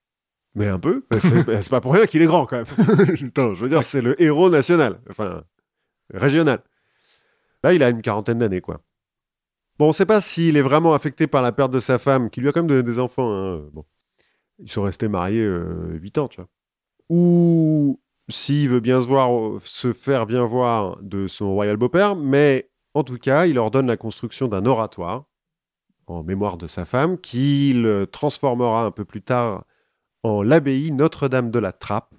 Mais un peu, bah, c'est bah, c'est pas pour rien qu'il est grand quand même. Putain, je veux dire, c'est le héros national, enfin, régional. Là, il a une quarantaine d'années, quoi. Bon, on sait pas s'il est vraiment affecté par la perte de sa femme, qui lui a quand même donné des enfants. hein, euh, Bon. Ils sont restés mariés 8 ans, tu vois. Ou s'il veut bien se, voir, se faire bien voir de son royal beau-père, mais En tout cas, il ordonne la construction d'un oratoire en mémoire de sa femme, qu'il transformera un peu plus tard en l'abbaye Notre-Dame de la Trappe,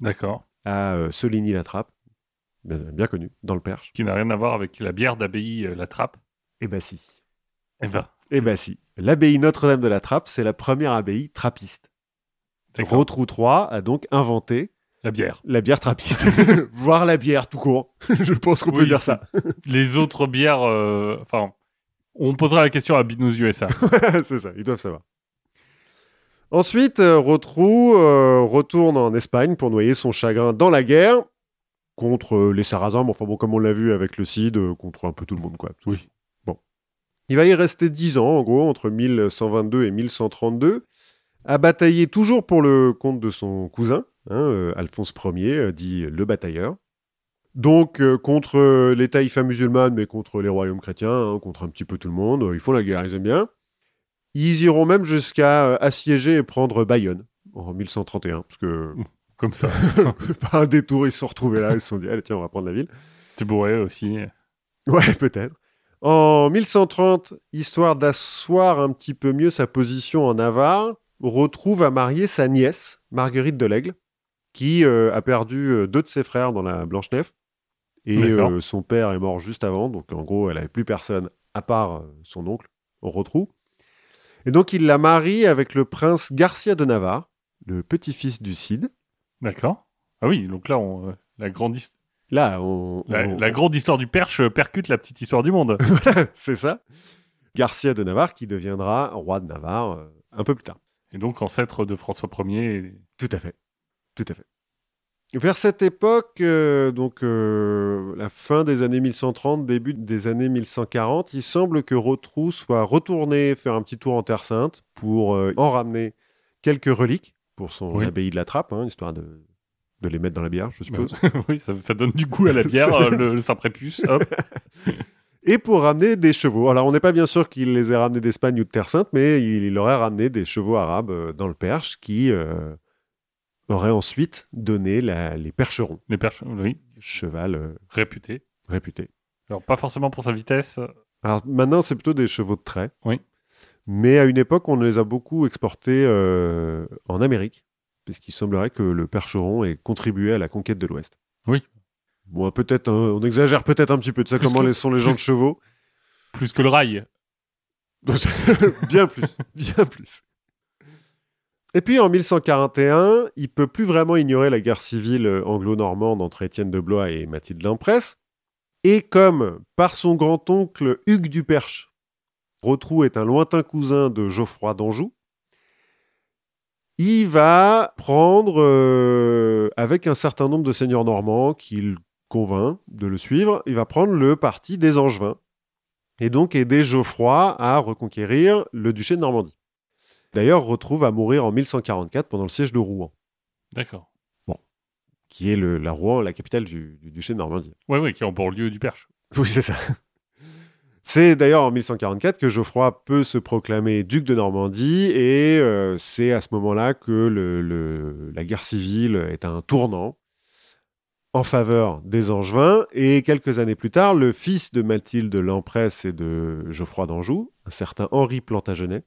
D'accord. à euh, Soligny-la-Trappe, bien, bien connu, dans le Perche. Qui n'a rien à voir avec la bière d'abbaye euh, La Trappe. Eh ben si. Eh ben, Eh ben si. L'abbaye Notre-Dame de la Trappe, c'est la première abbaye trappiste. d'accord. Rotrou III a donc inventé La bière. la bière trappiste, voire la bière tout court. Je pense qu'on peut Oui, dire c'est- ça. Les autres bières, euh, enfin, on posera la question à Binous USA. c'est ça, ils doivent savoir. Ensuite, euh, Rotrou euh, retourne en Espagne pour noyer son chagrin dans la guerre contre euh, les Sarrasins, mais enfin bon, comme on l'a vu avec le Cid, euh, contre un peu tout le monde, quoi. Oui. Bon. Il va y rester 10 ans, en gros, entre 1122 et 1132, à batailler toujours pour le compte de son cousin, hein, euh, Alphonse Ier, euh, dit le batailleur. Donc, euh, contre euh, les taïfas musulmanes, mais contre les royaumes chrétiens, hein, contre un petit peu tout le monde, euh, ils font la guerre, ils aiment bien. Ils iront même jusqu'à euh, assiéger et prendre Bayonne en 1131, parce que Comme ça. par un détour, ils se sont retrouvés là, ils se sont dit, allez, tiens, on va prendre la ville. C'était bourré aussi. Ouais, peut-être. En 1130, histoire d'asseoir un petit peu mieux sa position en Navarre, retrouve à marier sa nièce, Marguerite de l'Aigle, qui euh, a perdu euh, deux de ses frères dans la Blanche-Nef. Et D'accord. euh, son père est mort juste avant, donc en gros, elle n'avait plus personne à part euh, son oncle, on retrouve. Et donc, il la marie avec le prince Garcia de Navarre, le petit-fils du Cid. D'accord. Ah oui, donc là, on, euh, la, grande his- Là, on, la, on- la grande histoire du perche euh, percute la petite histoire du monde. c'est ça. Garcia de Navarre qui deviendra roi de Navarre euh, un peu plus tard. Et donc, ancêtre de François Ier. Tout à fait. Tout à fait. Vers cette époque, euh, donc euh, la fin des années 1130, début des années 1140, il semble que Rotrou soit retourné faire un petit tour en Terre Sainte pour euh, en ramener quelques reliques pour son Oui. abbaye de la Trappe, hein, histoire de, de les mettre dans la bière, je suppose. oui, ça, ça donne du goût à la bière, Ça euh, le, le Saint-Prépuce. Hop. et pour ramener des chevaux. Alors, on n'est pas bien sûr qu'il les ait ramenés d'Espagne ou de Terre Sainte, mais il, il aurait ramené des chevaux arabes euh, dans le Perche qui euh, auraient ensuite donné la- les percherons, Les perches, oui, cheval euh, réputé. réputé. Alors, pas forcément pour sa vitesse. Alors, maintenant, c'est plutôt des chevaux de trait. Oui. Mais à une époque, on les a beaucoup exportés euh, en Amérique, puisqu'il semblerait que le percheron ait contribué à la conquête de l'Ouest. Oui. Bon, peut-être, euh, on exagère peut-être un petit peu de ça, Plus comment que- les sont les gens plus- de chevaux. Plus que le rail. bien plus, bien plus. Et puis en 1141, il peut plus vraiment ignorer la guerre civile euh, anglo-normande entre Étienne de Blois et Mathilde Lempresse. Et comme par son grand-oncle Hugues du Perche, Rotrou est un lointain cousin de Geoffroy d'Anjou, il va prendre euh, avec un certain nombre de seigneurs normands qu'il convainc de le suivre, il va prendre le parti des Angevins et donc aider Geoffroy à reconquérir le duché de Normandie. D'ailleurs, retrouve à mourir en 1144 pendant le siège de Rouen, D'accord. qui est le- la Rouen, la capitale du, du duché de Normandie. Ouais, ouais, qui est en banlieue du perche. Oui, c'est ça. C'est d'ailleurs en 1144 que Geoffroy peut se proclamer duc de Normandie et euh, c'est à ce moment-là que le- le- la guerre civile est à un tournant en faveur des Angevins et quelques années plus tard, le fils de Mathilde l'Empresse et de Geoffroy d'Anjou, un certain Henri Plantagenet,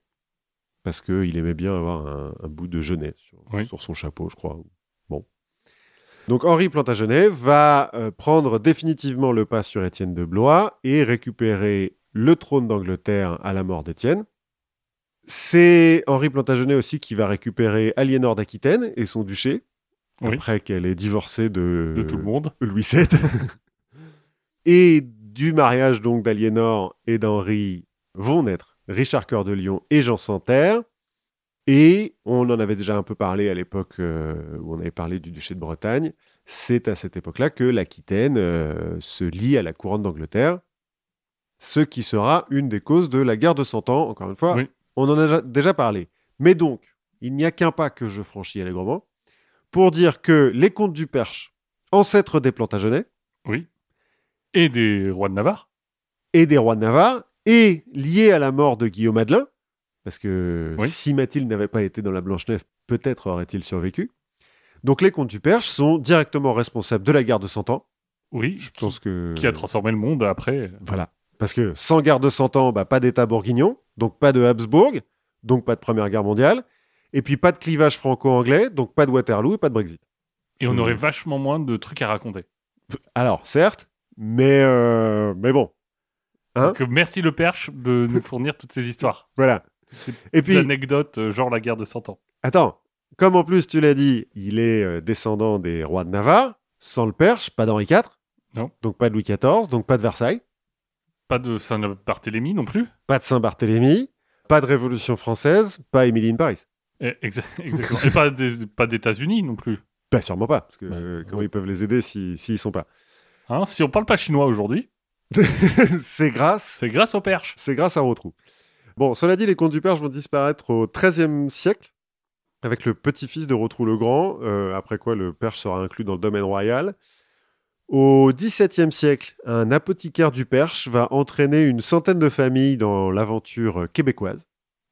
parce qu'il aimait bien avoir un, un bout de genêt sur, Oui. sur son chapeau, je crois. Bon. Donc Henri Plantagenet va euh, prendre définitivement le pas sur Étienne de Blois et récupérer le trône d'Angleterre à la mort d'Étienne. C'est Henri Plantagenet aussi qui va récupérer Aliénor d'Aquitaine et son duché, Oui. après qu'elle ait divorcé de, De tout le monde. Louis VII. et du mariage donc d'Aliénor et d'Henri vont naître Richard Cœur de Lion et Jean Santerre. Et on en avait déjà un peu parlé à l'époque euh, où on avait parlé du duché de Bretagne. C'est à cette époque-là que l'Aquitaine euh, se lie à la couronne d'Angleterre, ce qui sera une des causes de la guerre de Cent Ans. Encore une fois, Oui. on en a déjà parlé. Mais donc, il n'y a qu'un pas que je franchis allègrement pour dire que les comtes du Perche, ancêtres des Plantagenets Oui. Et des rois de Navarre. et des rois de Navarre, et liés à la mort de Guillaume Adelin, parce que Oui. si Mathilde n'avait pas été dans la Blanche-Neuf, peut-être aurait-il survécu. Donc les comtes du Perche sont directement responsables de la guerre de Cent Ans Oui, Je pense que. qui a transformé le monde après. Voilà. Parce que sans guerre de 100 ans, bah, pas d'État bourguignon, donc pas de Habsbourg, donc pas de Première Guerre mondiale, et puis pas de clivage franco-anglais, donc pas de Waterloo et pas de Brexit. Et on aurait vachement moins de trucs à raconter. Alors, certes, mais, euh, mais bon, Hein Donc, euh, merci le Perche de nous fournir toutes ces histoires. voilà. Ces Et petites puis, anecdotes, euh, genre la guerre de 100 ans. attends, comme en plus tu l'as dit, il est euh, descendant des rois de Navarre, sans le Perche, pas d'Henri IV, Non. donc pas de Louis XIV, donc pas de Versailles, Pas de Saint-Barthélemy non plus. pas de Saint-Barthélemy, pas de Révolution française, pas Émilie in Paris. Eh, exa- Exactement. Et pas des- pas d'États-Unis non plus. Bah, sûrement pas, parce que Bah, euh, comment ouais. ils peuvent les aider s'ils si, s'ils sont pas Hein, si on parle pas chinois aujourd'hui, C'est grâce c'est grâce au Perche. C'est grâce à Rotrou. Bon, cela dit, les contes du Perche vont disparaître au XIIIe siècle, avec le petit-fils de Rotrou le Grand, euh, après quoi le Perche sera inclus dans le domaine royal. Au XVIIe siècle, un apothicaire du Perche va entraîner une centaine de familles dans l'aventure québécoise,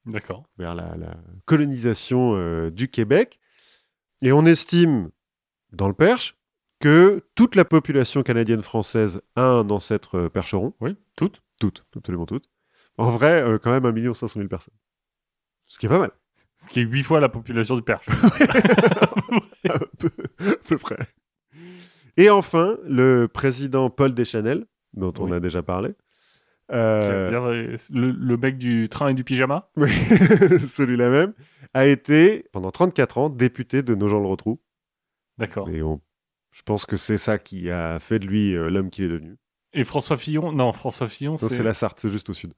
D'accord. vers la, la colonisation euh, du Québec. Et on estime, dans le Perche, que toute la population canadienne-française a un ancêtre euh, percheron. Oui, toutes. Toutes, absolument toutes. En vrai, euh, quand même 1 500 000 personnes. Ce qui est pas mal, Ce qui est huit fois la population du Perche. à peu, à peu près. Et enfin, le président Paul Deschanel, dont on Oui. a déjà parlé. Euh, C'est-à-dire, euh, Le, le mec du train et du pyjama. oui, celui-là même, a été, pendant 34 ans, député de Nogent-le-Rotrou. D'accord. Et on- je pense que c'est ça qui a fait de lui euh, l'homme qu'il est devenu. Et François Fillon Non, François Fillon, Non, C'est c'est la Sarthe, c'est juste au sud.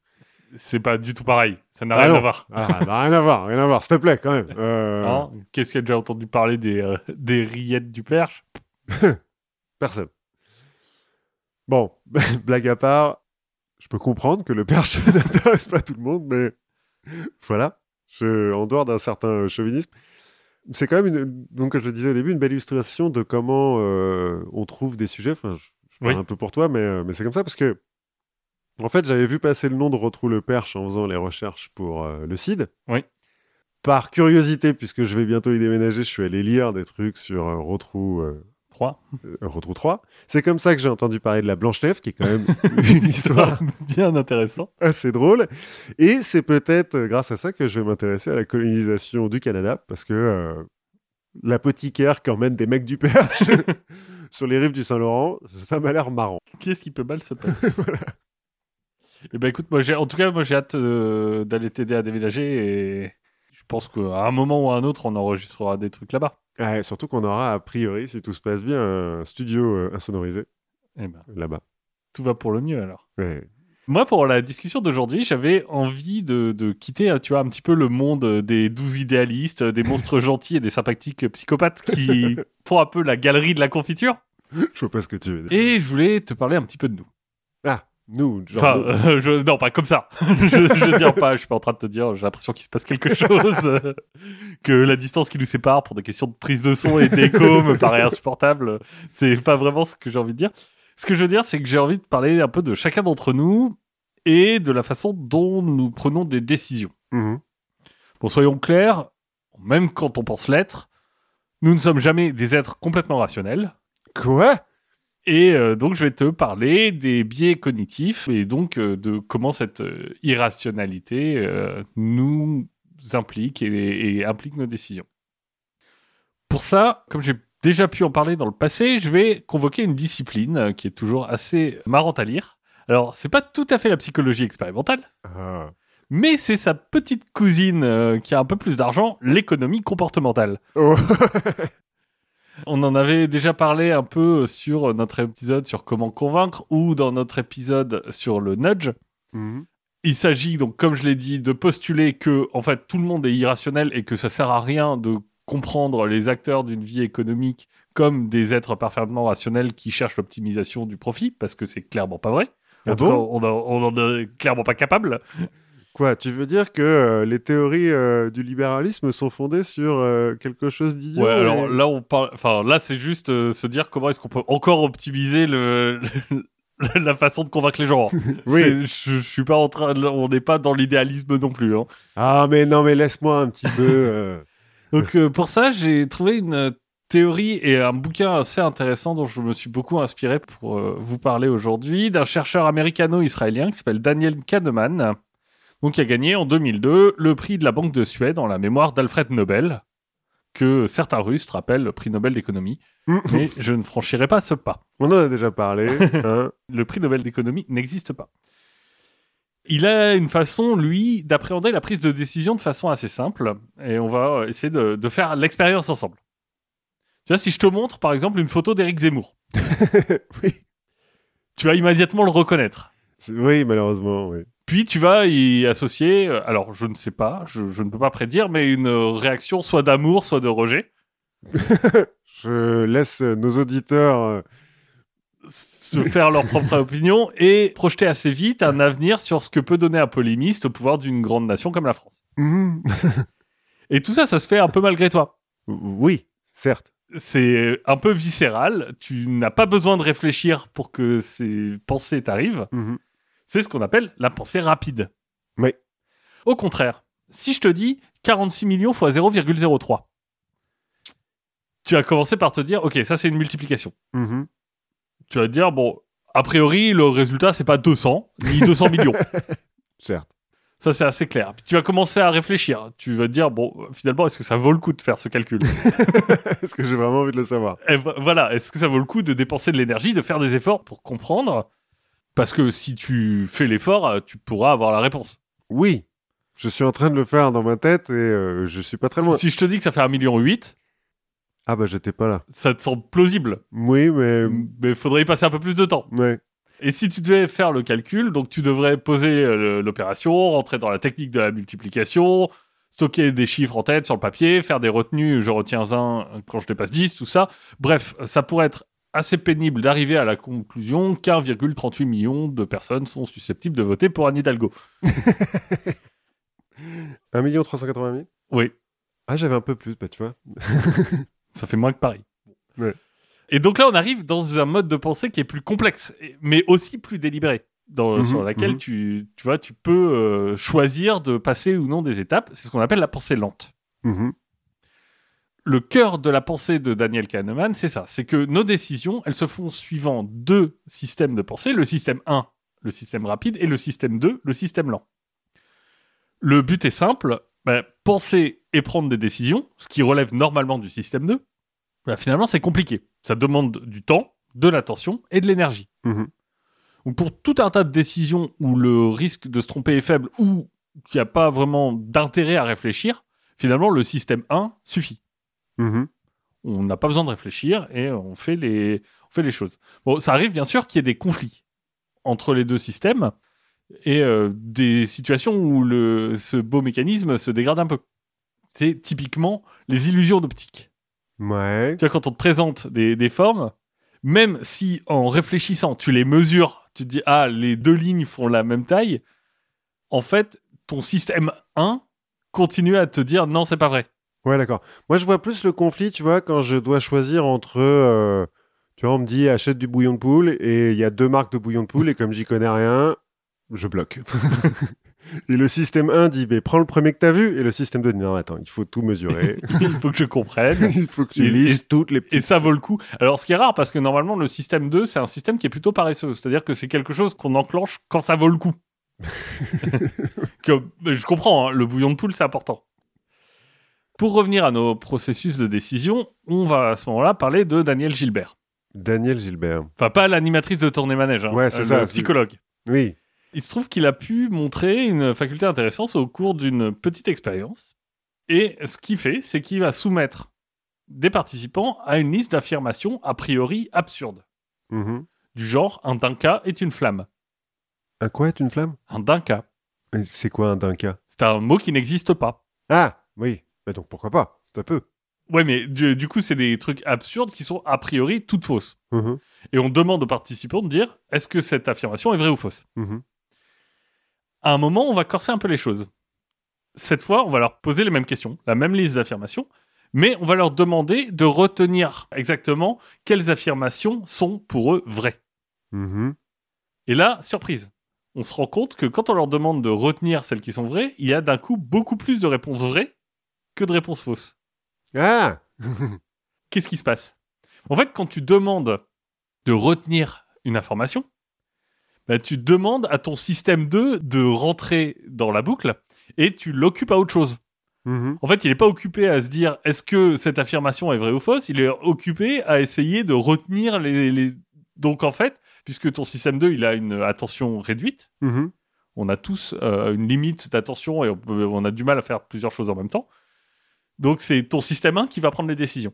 c'est pas du tout pareil. Ça n'a Ah rien non. à voir. Ah, bah, rien à voir, rien à voir, s'il te plaît, quand même. Euh, Hein Qu'est-ce qu'il a déjà entendu parler des, euh, des rillettes du Perche Personne. Bon, blague à part, je peux comprendre que le perche n'intéresse pas tout le monde, mais voilà, je, en dehors d'un certain euh, chauvinisme, c'est quand même, une, donc comme je le disais au début, une belle illustration de comment euh, on trouve des sujets. Enfin, je, je parle Oui. un peu pour toi, mais, euh, mais c'est comme ça parce que, en fait, j'avais vu passer le nom de Retrou le Perche en faisant les recherches pour euh, le CID. Oui. Par curiosité, puisque je vais bientôt y déménager, je suis allé lire des trucs sur euh, Retrou. euh, 3. euh, Rotrou 3. C'est comme ça que j'ai entendu parler de la Blanche-Neige, qui est quand même une histoire bien intéressant. assez drôle. Et c'est peut-être euh, grâce à ça que je vais m'intéresser à la colonisation du Canada, parce que euh, l'apothicaire qu'emmènent des mecs du Perche sur les rives du Saint-Laurent, ça m'a l'air marrant. Qu'est-ce qui peut mal se passer Eh ben écoute, moi, j'ai- en tout cas, moi j'ai hâte euh, d'aller t'aider à déménager et je pense qu'à un moment ou à un autre, on enregistrera des trucs là-bas. Ouais, surtout qu'on aura, a priori, si tout se passe bien, un studio euh, insonorisé Eh ben, là-bas. tout va pour le mieux alors. Ouais. Moi, pour la discussion d'aujourd'hui, j'avais envie de, de quitter, hein, tu vois, un petit peu le monde euh, des douze idéalistes, des monstres gentils et des sympathiques psychopathes qui font un peu la galerie de la confiture. je vois pas ce que tu veux dire. Et je voulais te parler un petit peu de nous. Ah, nous, genre. Enfin, nous. euh, je- non, pas comme ça. je, je veux dire pas, je suis pas en train de te dire, j'ai l'impression qu'il se passe quelque chose, euh, que la distance qui nous sépare pour des questions de prise de son et d'écho me paraît insupportable. C'est pas vraiment ce que j'ai envie de dire. Ce que je veux dire, c'est que j'ai envie de parler un peu de chacun d'entre nous et de la façon dont nous prenons des décisions. Mhm. Bon, soyons clairs, même quand on pense l'être, nous ne sommes jamais des êtres complètement rationnels. Quoi Et euh, donc, je vais te parler des biais cognitifs et donc euh, de comment cette euh, irrationalité euh, nous implique et, et implique nos décisions. Pour ça, comme j'ai déjà pu en parler dans le passé, je vais convoquer une discipline euh, qui est toujours assez marrante à lire. Alors, c'est pas tout à fait la psychologie expérimentale, Ah. mais c'est sa petite cousine euh, qui a un peu plus d'argent, l'économie comportementale. Oh. On en avait déjà parlé un peu sur notre épisode sur comment convaincre ou dans notre épisode sur le nudge. Mhm. Il s'agit donc, comme je l'ai dit, de postuler que en fait tout le monde est irrationnel et que ça sert à rien de comprendre les acteurs d'une vie économique comme des êtres parfaitement rationnels qui cherchent l'optimisation du profit parce que c'est clairement pas vrai. En Ah tout bon cas, on en- on en est clairement pas capable. Quoi, tu veux dire que euh, les théories euh, du libéralisme sont fondées sur euh, quelque chose d'idiot Ouais, et- alors là, on parle. Enfin, là, c'est juste euh, se dire comment est-ce qu'on peut encore optimiser le. la façon de convaincre les gens. hein. Oui. C'est- Je, je suis pas en train. de- On n'est pas dans l'idéalisme non plus. hein. Ah, mais non, mais laisse-moi un petit peu. euh, Donc euh, pour ça, j'ai trouvé une théorie et un bouquin assez intéressant dont je me suis beaucoup inspiré pour euh, vous parler aujourd'hui, d'un chercheur américano-israélien qui s'appelle Daniel Kahneman, donc qui a gagné en 2002 le prix de la Banque de Suède en la mémoire d'Alfred Nobel, que certains Russes rappellent le prix Nobel d'économie, mais je ne franchirai pas ce pas. On en a déjà parlé. hein. Le prix Nobel d'économie n'existe pas. Il a une façon, lui, d'appréhender la prise de décision de façon assez simple, et on va euh, essayer de, de faire l'expérience ensemble. Tu vois, si je te montre, par exemple, une photo d'Éric Zemmour, oui. tu vas immédiatement le reconnaître. C'est- oui, malheureusement, oui. Puis tu vas y associer, euh, alors je ne sais pas, je, je ne peux pas prédire, mais une euh, réaction soit d'amour, soit de rejet. Je laisse euh, nos auditeurs euh, se faire leur propre opinion et projeter assez vite un avenir sur ce que peut donner un polémiste au pouvoir d'une grande nation comme la France. Mm-hmm. mhm. Et tout ça, ça se fait un peu malgré toi. Oui, certes. C'est un peu viscéral, tu n'as pas besoin de réfléchir pour que ces pensées t'arrivent. Mhm. C'est ce qu'on appelle la pensée rapide. Oui. Au contraire, si je te dis 46 millions fois 0,03, tu as commencé par te dire, ok, ça c'est une multiplication. Mhm. Tu vas te dire, bon, a priori, le résultat, c'est pas 200, ni 200 millions. Certes. Ça, c'est assez clair. Puis tu vas commencer à réfléchir. Tu vas te dire, bon, finalement, est-ce que ça vaut le coup de faire ce calcul Est-ce que j'ai vraiment envie de le savoir Et vo- Voilà, est-ce que ça vaut le coup de dépenser de l'énergie, de faire des efforts pour comprendre Parce que si tu fais l'effort, euh, tu pourras avoir la réponse. Oui. Je suis en train de le faire dans ma tête et euh, je suis pas très loin. Si je te dis que ça fait 1,8 million, Ah bah j'étais pas là. ça te semble plausible. Oui, mais... Mais faudrait y passer un peu plus de temps. Ouais. Et si tu devais faire le calcul, donc tu devrais poser euh, le- l'opération, rentrer dans la technique de la multiplication, stocker des chiffres en tête sur le papier, faire des retenues, je retiens un quand je dépasse 10, tout ça. Bref, ça pourrait être assez pénible d'arriver à la conclusion qu'1,38 million de personnes sont susceptibles de voter pour Anne Hidalgo. 1 380 000 Oui, Ah j'avais un peu plus, bah tu vois. ça fait moins que Paris. Ouais. Et donc là, on arrive dans un mode de pensée qui est plus complexe, et- mais aussi plus délibéré, dans, Mhm, sur laquelle mhm. tu, tu, vois, tu peux euh, choisir de passer ou non des étapes. C'est ce qu'on appelle la pensée lente. Mm-hmm. Mhm. le cœur de la pensée de Daniel Kahneman, c'est ça. C'est que nos décisions, elles se font suivant deux systèmes de pensée. Le système 1, le système rapide, et le système 2, le système lent. Le but est simple. ben, penser et prendre des décisions, ce qui relève normalement du système 2, ben, finalement, c'est compliqué. Ça demande du temps, de l'attention et de l'énergie. Mhm. Donc, pour tout un tas de décisions où le risque de se tromper est faible ou qu'il n'y a pas vraiment d'intérêt à réfléchir, finalement, le système 1 suffit Mm-hmm. Mhm. on n'a pas besoin de réfléchir et on fait les, on fait les choses. Bon, ça arrive bien sûr qu'il y ait des conflits entre les deux systèmes et euh, des situations où le, ce beau mécanisme se dégrade un peu. C'est typiquement les illusions d'optique. Ouais. Tu vois, quand on te présente des, des formes, même si en réfléchissant, tu les mesures, tu te dis, ah, les deux lignes font la même taille, en fait, ton système 1 continue à te dire, non, c'est pas vrai. Ouais, d'accord. Moi, je vois plus le conflit, tu vois, quand je dois choisir entre. euh, tu vois, on me dit achète du bouillon de poule et il y a deux marques de bouillon de poule et comme j'y connais rien, je bloque. et le système 1 dit mais prends le premier que t'as vu et le système 2 dit non, attends, il faut tout mesurer. Il faut que je comprenne. il faut que tu Et- lisses toutes les petites. Et ça vaut le coup. Alors, ce qui est rare, parce que normalement, le système 2, c'est un système qui est plutôt paresseux. C'est-à-dire que c'est quelque chose qu'on enclenche quand ça vaut le coup. Comme- mais je comprends, hein, le bouillon de poule, c'est important. Pour revenir à nos processus de décision, on va à ce moment-là parler de Daniel Gilbert. Daniel Gilbert. Enfin, pas l'animatrice de tournée manège, hein, Ouais, c'est euh, ça, le c'est- psychologue. Oui. Il se trouve qu'il a pu montrer une faculté intéressante au cours d'une petite expérience. Et ce qu'il fait, c'est qu'il va soumettre des participants à une liste d'affirmations a priori absurdes. Mhm. Du genre, un dinka est une flamme. Un quoi est une flamme Un dinka. Et C'est quoi un dinka C'est un mot qui n'existe pas. Ah, oui. Bah donc pourquoi pas Ça peut. Ouais, mais du, du coup, c'est des trucs absurdes qui sont a priori toutes fausses. Mhm. Et on demande aux participants de dire, est-ce que cette affirmation est vraie ou fausse Mhm. à un moment, on va corser un peu les choses. Cette fois, on va leur poser les mêmes questions, la même liste d'affirmations, mais on va leur demander de retenir exactement quelles affirmations sont pour eux vraies. Mhm. Et là, surprise, on se rend compte que quand on leur demande de retenir celles qui sont vraies, il y a d'un coup beaucoup plus de réponses vraies que de réponses fausses. Ah qu'est-ce qui se passe En fait, quand tu demandes de retenir une information, bah, tu demandes à ton système 2 de rentrer dans la boucle et tu l'occupes à autre chose. Mhm. En fait, il n'est pas occupé à se dire est-ce que cette affirmation est vraie ou fausse, il est occupé à essayer de retenir les... les- Donc en fait, puisque ton système 2, il a une attention réduite, Mhm. on a tous euh, une limite d'attention et on, peut- on a du mal à faire plusieurs choses en même temps. Donc c'est ton système 1 qui va prendre les décisions.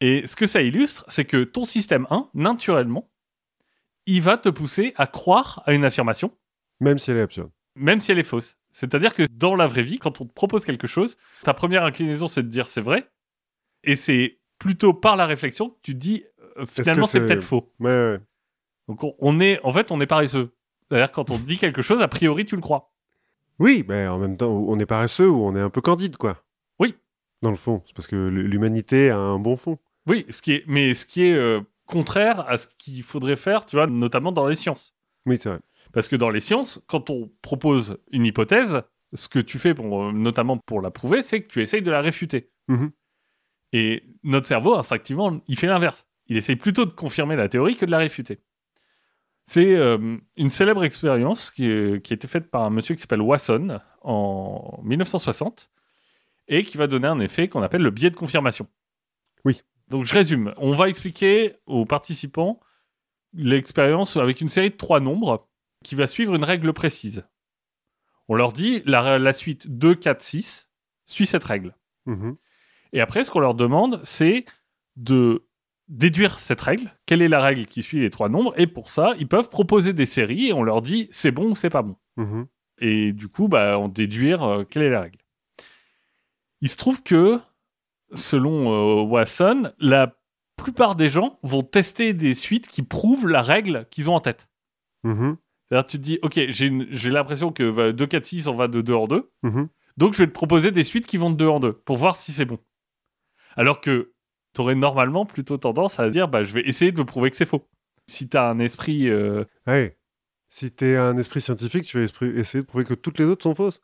Et ce que ça illustre, c'est que ton système 1, naturellement, il va te pousser à croire à une affirmation, Même si elle est absurde. même si elle est fausse. C'est-à-dire que dans la vraie vie, quand on te propose quelque chose, ta première inclinaison, c'est de dire c'est vrai. Et c'est plutôt par la réflexion que tu te dis euh, finalement que c'est c'est- peut-être faux. Ouais, ouais. Donc on- on est, en fait, on est paresseux. C'est-à-dire quand on te dit quelque chose, a priori tu le crois. Oui, mais en même temps, on est paresseux ou on est un peu candide, quoi. Oui. Dans le fond, c'est parce que l'humanité a un bon fond. Oui, ce qui est, mais ce qui est euh, contraire à ce qu'il faudrait faire, tu vois, notamment dans les sciences. Oui, c'est vrai. Parce que dans les sciences, quand on propose une hypothèse, ce que tu fais, pour, euh, notamment pour la prouver, c'est que tu essayes de la réfuter. Mhm. Et notre cerveau, instinctivement, il fait l'inverse. Il essaye plutôt de confirmer la théorie que de la réfuter. C'est euh, une célèbre expérience qui, est- qui a été faite par un monsieur qui s'appelle Wasson en 1960 et qui va donner un effet qu'on appelle le biais de confirmation. Oui. Donc je résume. On va expliquer aux participants l'expérience avec une série de trois nombres qui va suivre une règle précise. On leur dit la, la suite 2, 4, 6 suit cette règle. Mhm. Et après, ce qu'on leur demande, c'est de déduire cette règle. Quelle est la règle qui suit les trois nombres Et pour ça, ils peuvent proposer des séries et on leur dit c'est bon ou c'est pas bon. Mhm. Et du coup, bah, on déduire euh, quelle est la règle. Il se trouve que, selon euh, Wasson, la plupart des gens vont tester des suites qui prouvent la règle qu'ils ont en tête. Mhm. C'est-à-dire, tu te dis, OK, j'ai une- j'ai l'impression que bah, 2, 4, 6, on va de 2 en 2. Mhm. Donc, je vais te proposer des suites qui vont de 2 en 2 pour voir si c'est bon. Alors que tu aurais normalement plutôt tendance à dire, bah, je vais essayer de le prouver que c'est faux. Si tu as un esprit. euh, Ouais. Si t'es un esprit scientifique, tu vas esprit- essayer de prouver que toutes les autres sont fausses.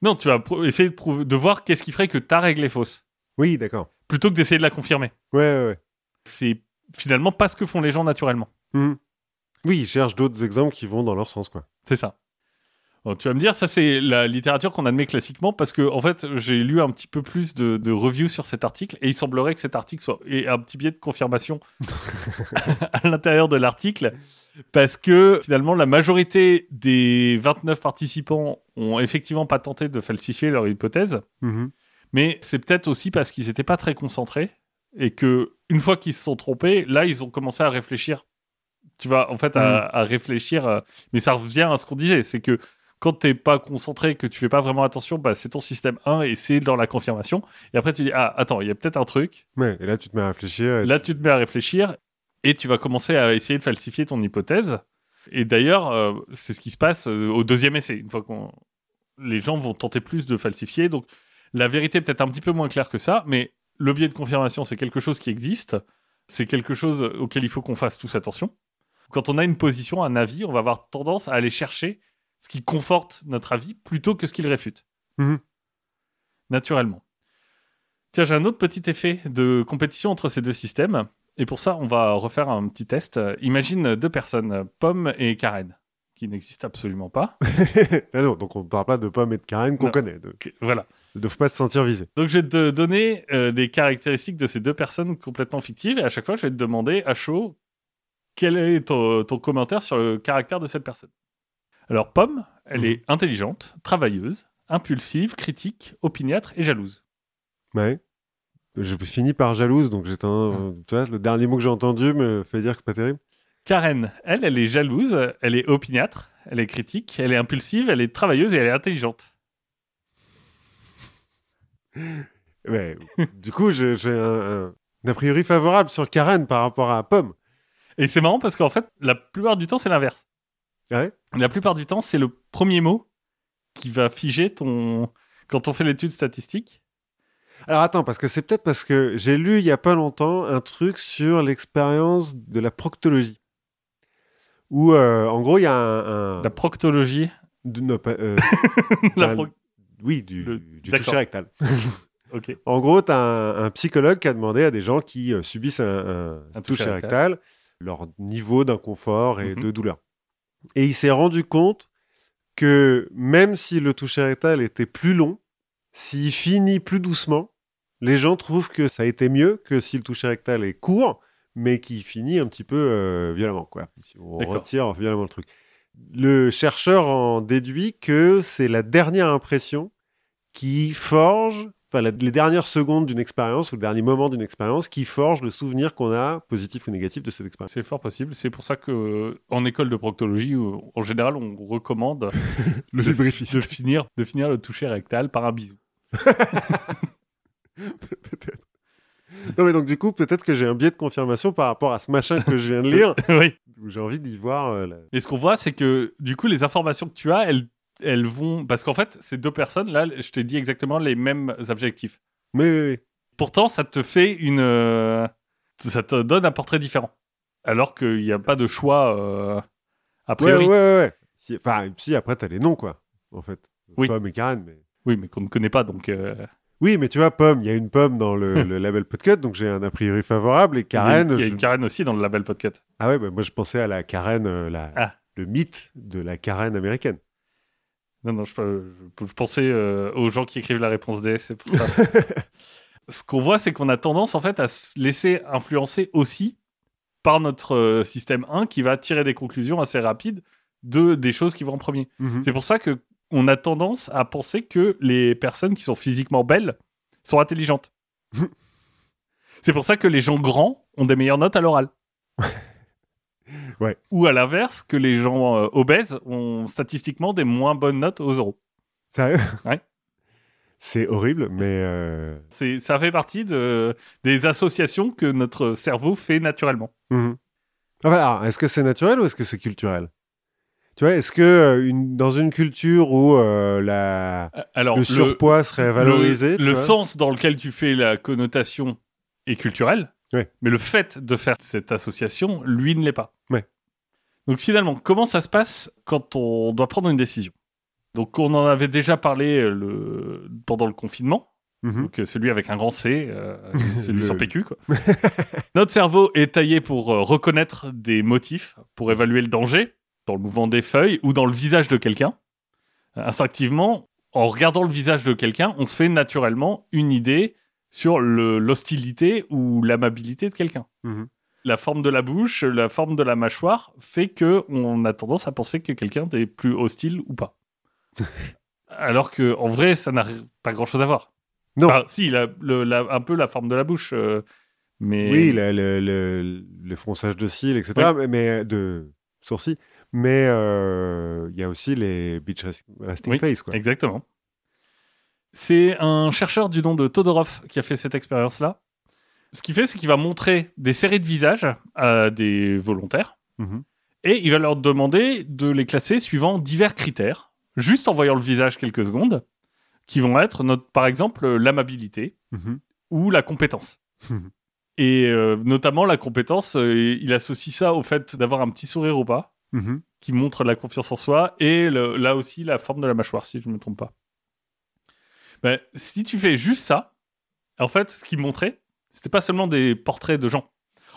Non, tu vas pro- essayer de, prouver- de voir qu'est-ce qui ferait que ta règle est fausse, Oui, d'accord. plutôt que d'essayer de la confirmer. Ouais, ouais, ouais. C'est finalement pas ce que font les gens naturellement. Oui, ils cherchent d'autres exemples qui vont dans leur sens, quoi. C'est ça. Bon, tu vas me dire, ça c'est la littérature qu'on admet classiquement parce que en fait j'ai lu un petit peu plus de, de reviews sur cet article et il semblerait que cet article soit et un petit biais de confirmation à l'intérieur de l'article parce que finalement la majorité des 29 participants ont effectivement pas tenté de falsifier leur hypothèse, Mhm. mais c'est peut-être aussi parce qu'ils n'étaient pas très concentrés et que une fois qu'ils se sont trompés, là ils ont commencé à réfléchir. Tu vois, en fait, à, à réfléchir. euh, mais ça revient à ce qu'on disait, c'est que quand t'es pas concentré, que tu fais pas vraiment attention, bah, c'est ton système 1 et c'est dans la confirmation. Et après, tu dis, ah, attends, il y a peut-être un truc. Ouais, et là, tu te mets à réfléchir. et- Là, tu te mets à réfléchir et tu vas commencer à essayer de falsifier ton hypothèse. Et d'ailleurs, euh, c'est ce qui se passe euh, au deuxième essai. Une fois qu'on. Les gens vont tenter plus de falsifier. Donc, la vérité est peut-être un petit peu moins claire que ça, mais le biais de confirmation, c'est quelque chose qui existe. C'est quelque chose auquel il faut qu'on fasse tous attention. Quand on a une position, un avis, on va avoir tendance à aller chercher ce qui conforte notre avis plutôt que ce qu'il réfute. Mhm. Naturellement. Tiens, j'ai un autre petit effet de compétition entre ces deux systèmes. Et pour ça, on va refaire un petit test. Euh, Imagine deux personnes, Pomme et Karen, qui n'existent absolument pas. Ah non, donc on ne parle pas de pommes et de carême qu'on Non. connaît. De... Ok, voilà. ne faut pas se sentir visé. Donc, je vais te donner euh, les caractéristiques de ces deux personnes complètement fictives. Et à chaque fois, je vais te demander à chaud quel est ton, ton commentaire sur le caractère de cette personne. Alors, Pomme, elle Mhm. est intelligente, travailleuse, impulsive, critique, opiniâtre et jalouse. Ouais. Je finis par jalouse, donc j'étais un... Ah. tu vois, le dernier mot que j'ai entendu me fait dire que c'est pas terrible. Karen, elle, elle est jalouse, elle est opiniâtre, elle est critique, elle est impulsive, elle est travailleuse et elle est intelligente. Mais du coup, je- j'ai un, un- un a priori favorable sur Karen par rapport à Pomme. Et c'est marrant parce qu'en fait, la plupart du temps, c'est l'inverse. Ah ouais La plupart du temps, c'est le premier mot qui va figer ton. Quand on fait l'étude statistique. Alors attends, parce que c'est peut-être parce que j'ai lu il y a pas longtemps un truc sur l'expérience de la proctologie. Où, euh, en gros, il y a un. un- La proctologie. de- non, pas, euh, la un- proc- Oui, du, Le- du d'accord. toucher rectal. Ok. En gros, tu as un, un psychologue qui a demandé à des gens qui euh, subissent un, un Un toucher toucher rectal leur niveau d'inconfort et Mhm. de douleur. Et il s'est rendu compte que même si le toucher rectal était plus long, s'il finit plus doucement, les gens trouvent que ça a été mieux que si le toucher rectal est court, mais qui finit un petit peu euh, violemment. Quoi. Si on D'accord. retire violemment le truc. Le chercheur en déduit que c'est la dernière impression qui forge, enfin la- les dernières secondes d'une expérience ou le dernier moment d'une expérience qui forge le souvenir qu'on a, positif ou négatif, de cette expérience. C'est fort possible. C'est pour ça que euh, en école de proctologie, euh, en général, on recommande Le de lubrifiste. finir, de finir le toucher rectal par un bisou. Non mais donc du coup, peut-être que j'ai un biais de confirmation par rapport à ce machin que je viens de lire, oui. où j'ai envie d'y voir... euh, la- Et ce qu'on voit, c'est que du coup, les informations que tu as, elles, elles vont. Parce qu'en fait, ces deux personnes, là, je t'ai dit exactement les mêmes objectifs. Mais oui, oui. Pourtant, ça te fait une. euh, Ça te donne un portrait différent. Alors qu'il n'y a pas de choix euh, a Ouais, priori. ouais, ouais, ouais. Si- Enfin, si, après, t'as les noms, quoi, en fait. Oui. Pomme et Karen, mais... Oui, mais qu'on ne connaît pas, donc. euh, Oui, mais tu vois, Pomme, il y a une pomme dans le, le label Podcut, donc j'ai un a priori favorable, et Karen... Il y a une, il y a je- une Karen aussi dans le label podcast. Ah ouais, bah, moi je pensais à la Karen, euh, la... Ah. le mythe de la Karen américaine. Non, non, je, je- je pensais euh, aux gens qui écrivent la réponse D, c'est pour ça. Ce qu'on voit, c'est qu'on a tendance en fait à se laisser influencer aussi par notre euh, système 1 qui va tirer des conclusions assez rapides de des choses qui vont en premier. C'est pour ça que on a tendance à penser que les personnes qui sont physiquement belles sont intelligentes. c'est pour ça que les gens grands ont des meilleures notes à l'oral. Ouais. Ou à l'inverse, que les gens euh, obèses ont statistiquement des moins bonnes notes aux euros. Sérieux Ouais. C'est horrible, mais euh, C'est, ça fait partie de, des associations que notre cerveau fait naturellement. mhm. Ah, voilà, alors, est-ce que c'est naturel ou est-ce que c'est culturel Tu vois, est-ce que euh, une- dans une culture où euh, la, Euh, Alors, le, surpoids serait valorisé, le, tu le vois sens dans lequel tu fais la connotation est culturel, Ouais. mais le fait de faire cette association, lui, ne l'est pas. Ouais. Donc finalement, comment ça se passe quand on doit prendre une décision Donc on en avait déjà parlé euh, le- pendant le confinement. Mhm. Donc euh, celui avec un grand C, euh, celui Le- sans PQ. Quoi. Notre cerveau est taillé pour euh, reconnaître des motifs, pour évaluer le danger, dans le mouvement des feuilles ou dans le visage de quelqu'un. Euh, Instinctivement, en regardant le visage de quelqu'un, on se fait naturellement une idée sur le- l'hostilité ou l'amabilité de quelqu'un. Mhm. La forme de la bouche, la forme de la mâchoire fait que on a tendance à penser que quelqu'un est plus hostile ou pas. Alors que en vrai, ça n'a pas grand-chose à voir. Non. Enfin, si, la- le- la- un peu la forme de la bouche, euh, mais Oui, le, le- le- le fronçage de cils, etc., mais, mais, euh, de sourcils. Mais euh, il y a aussi les beach resting Oui. face, quoi. Exactement. C'est un chercheur du nom de Todorov qui a fait cette expérience-là. Ce qu'il fait, c'est qu'il va montrer des séries de visages à des volontaires Mhm. et il va leur demander de les classer suivant divers critères, juste en voyant le visage quelques secondes, qui vont être, notre- par exemple, l'amabilité Mhm. ou la compétence. et euh, notamment la compétence, euh, il associe ça au fait d'avoir un petit sourire ou pas Mhm. qui montre la confiance en soi et le- là aussi la forme de la mâchoire, si je ne me trompe pas. Ben, si tu fais juste ça, en fait, ce qu'il montrait, c'était pas seulement des portraits de gens.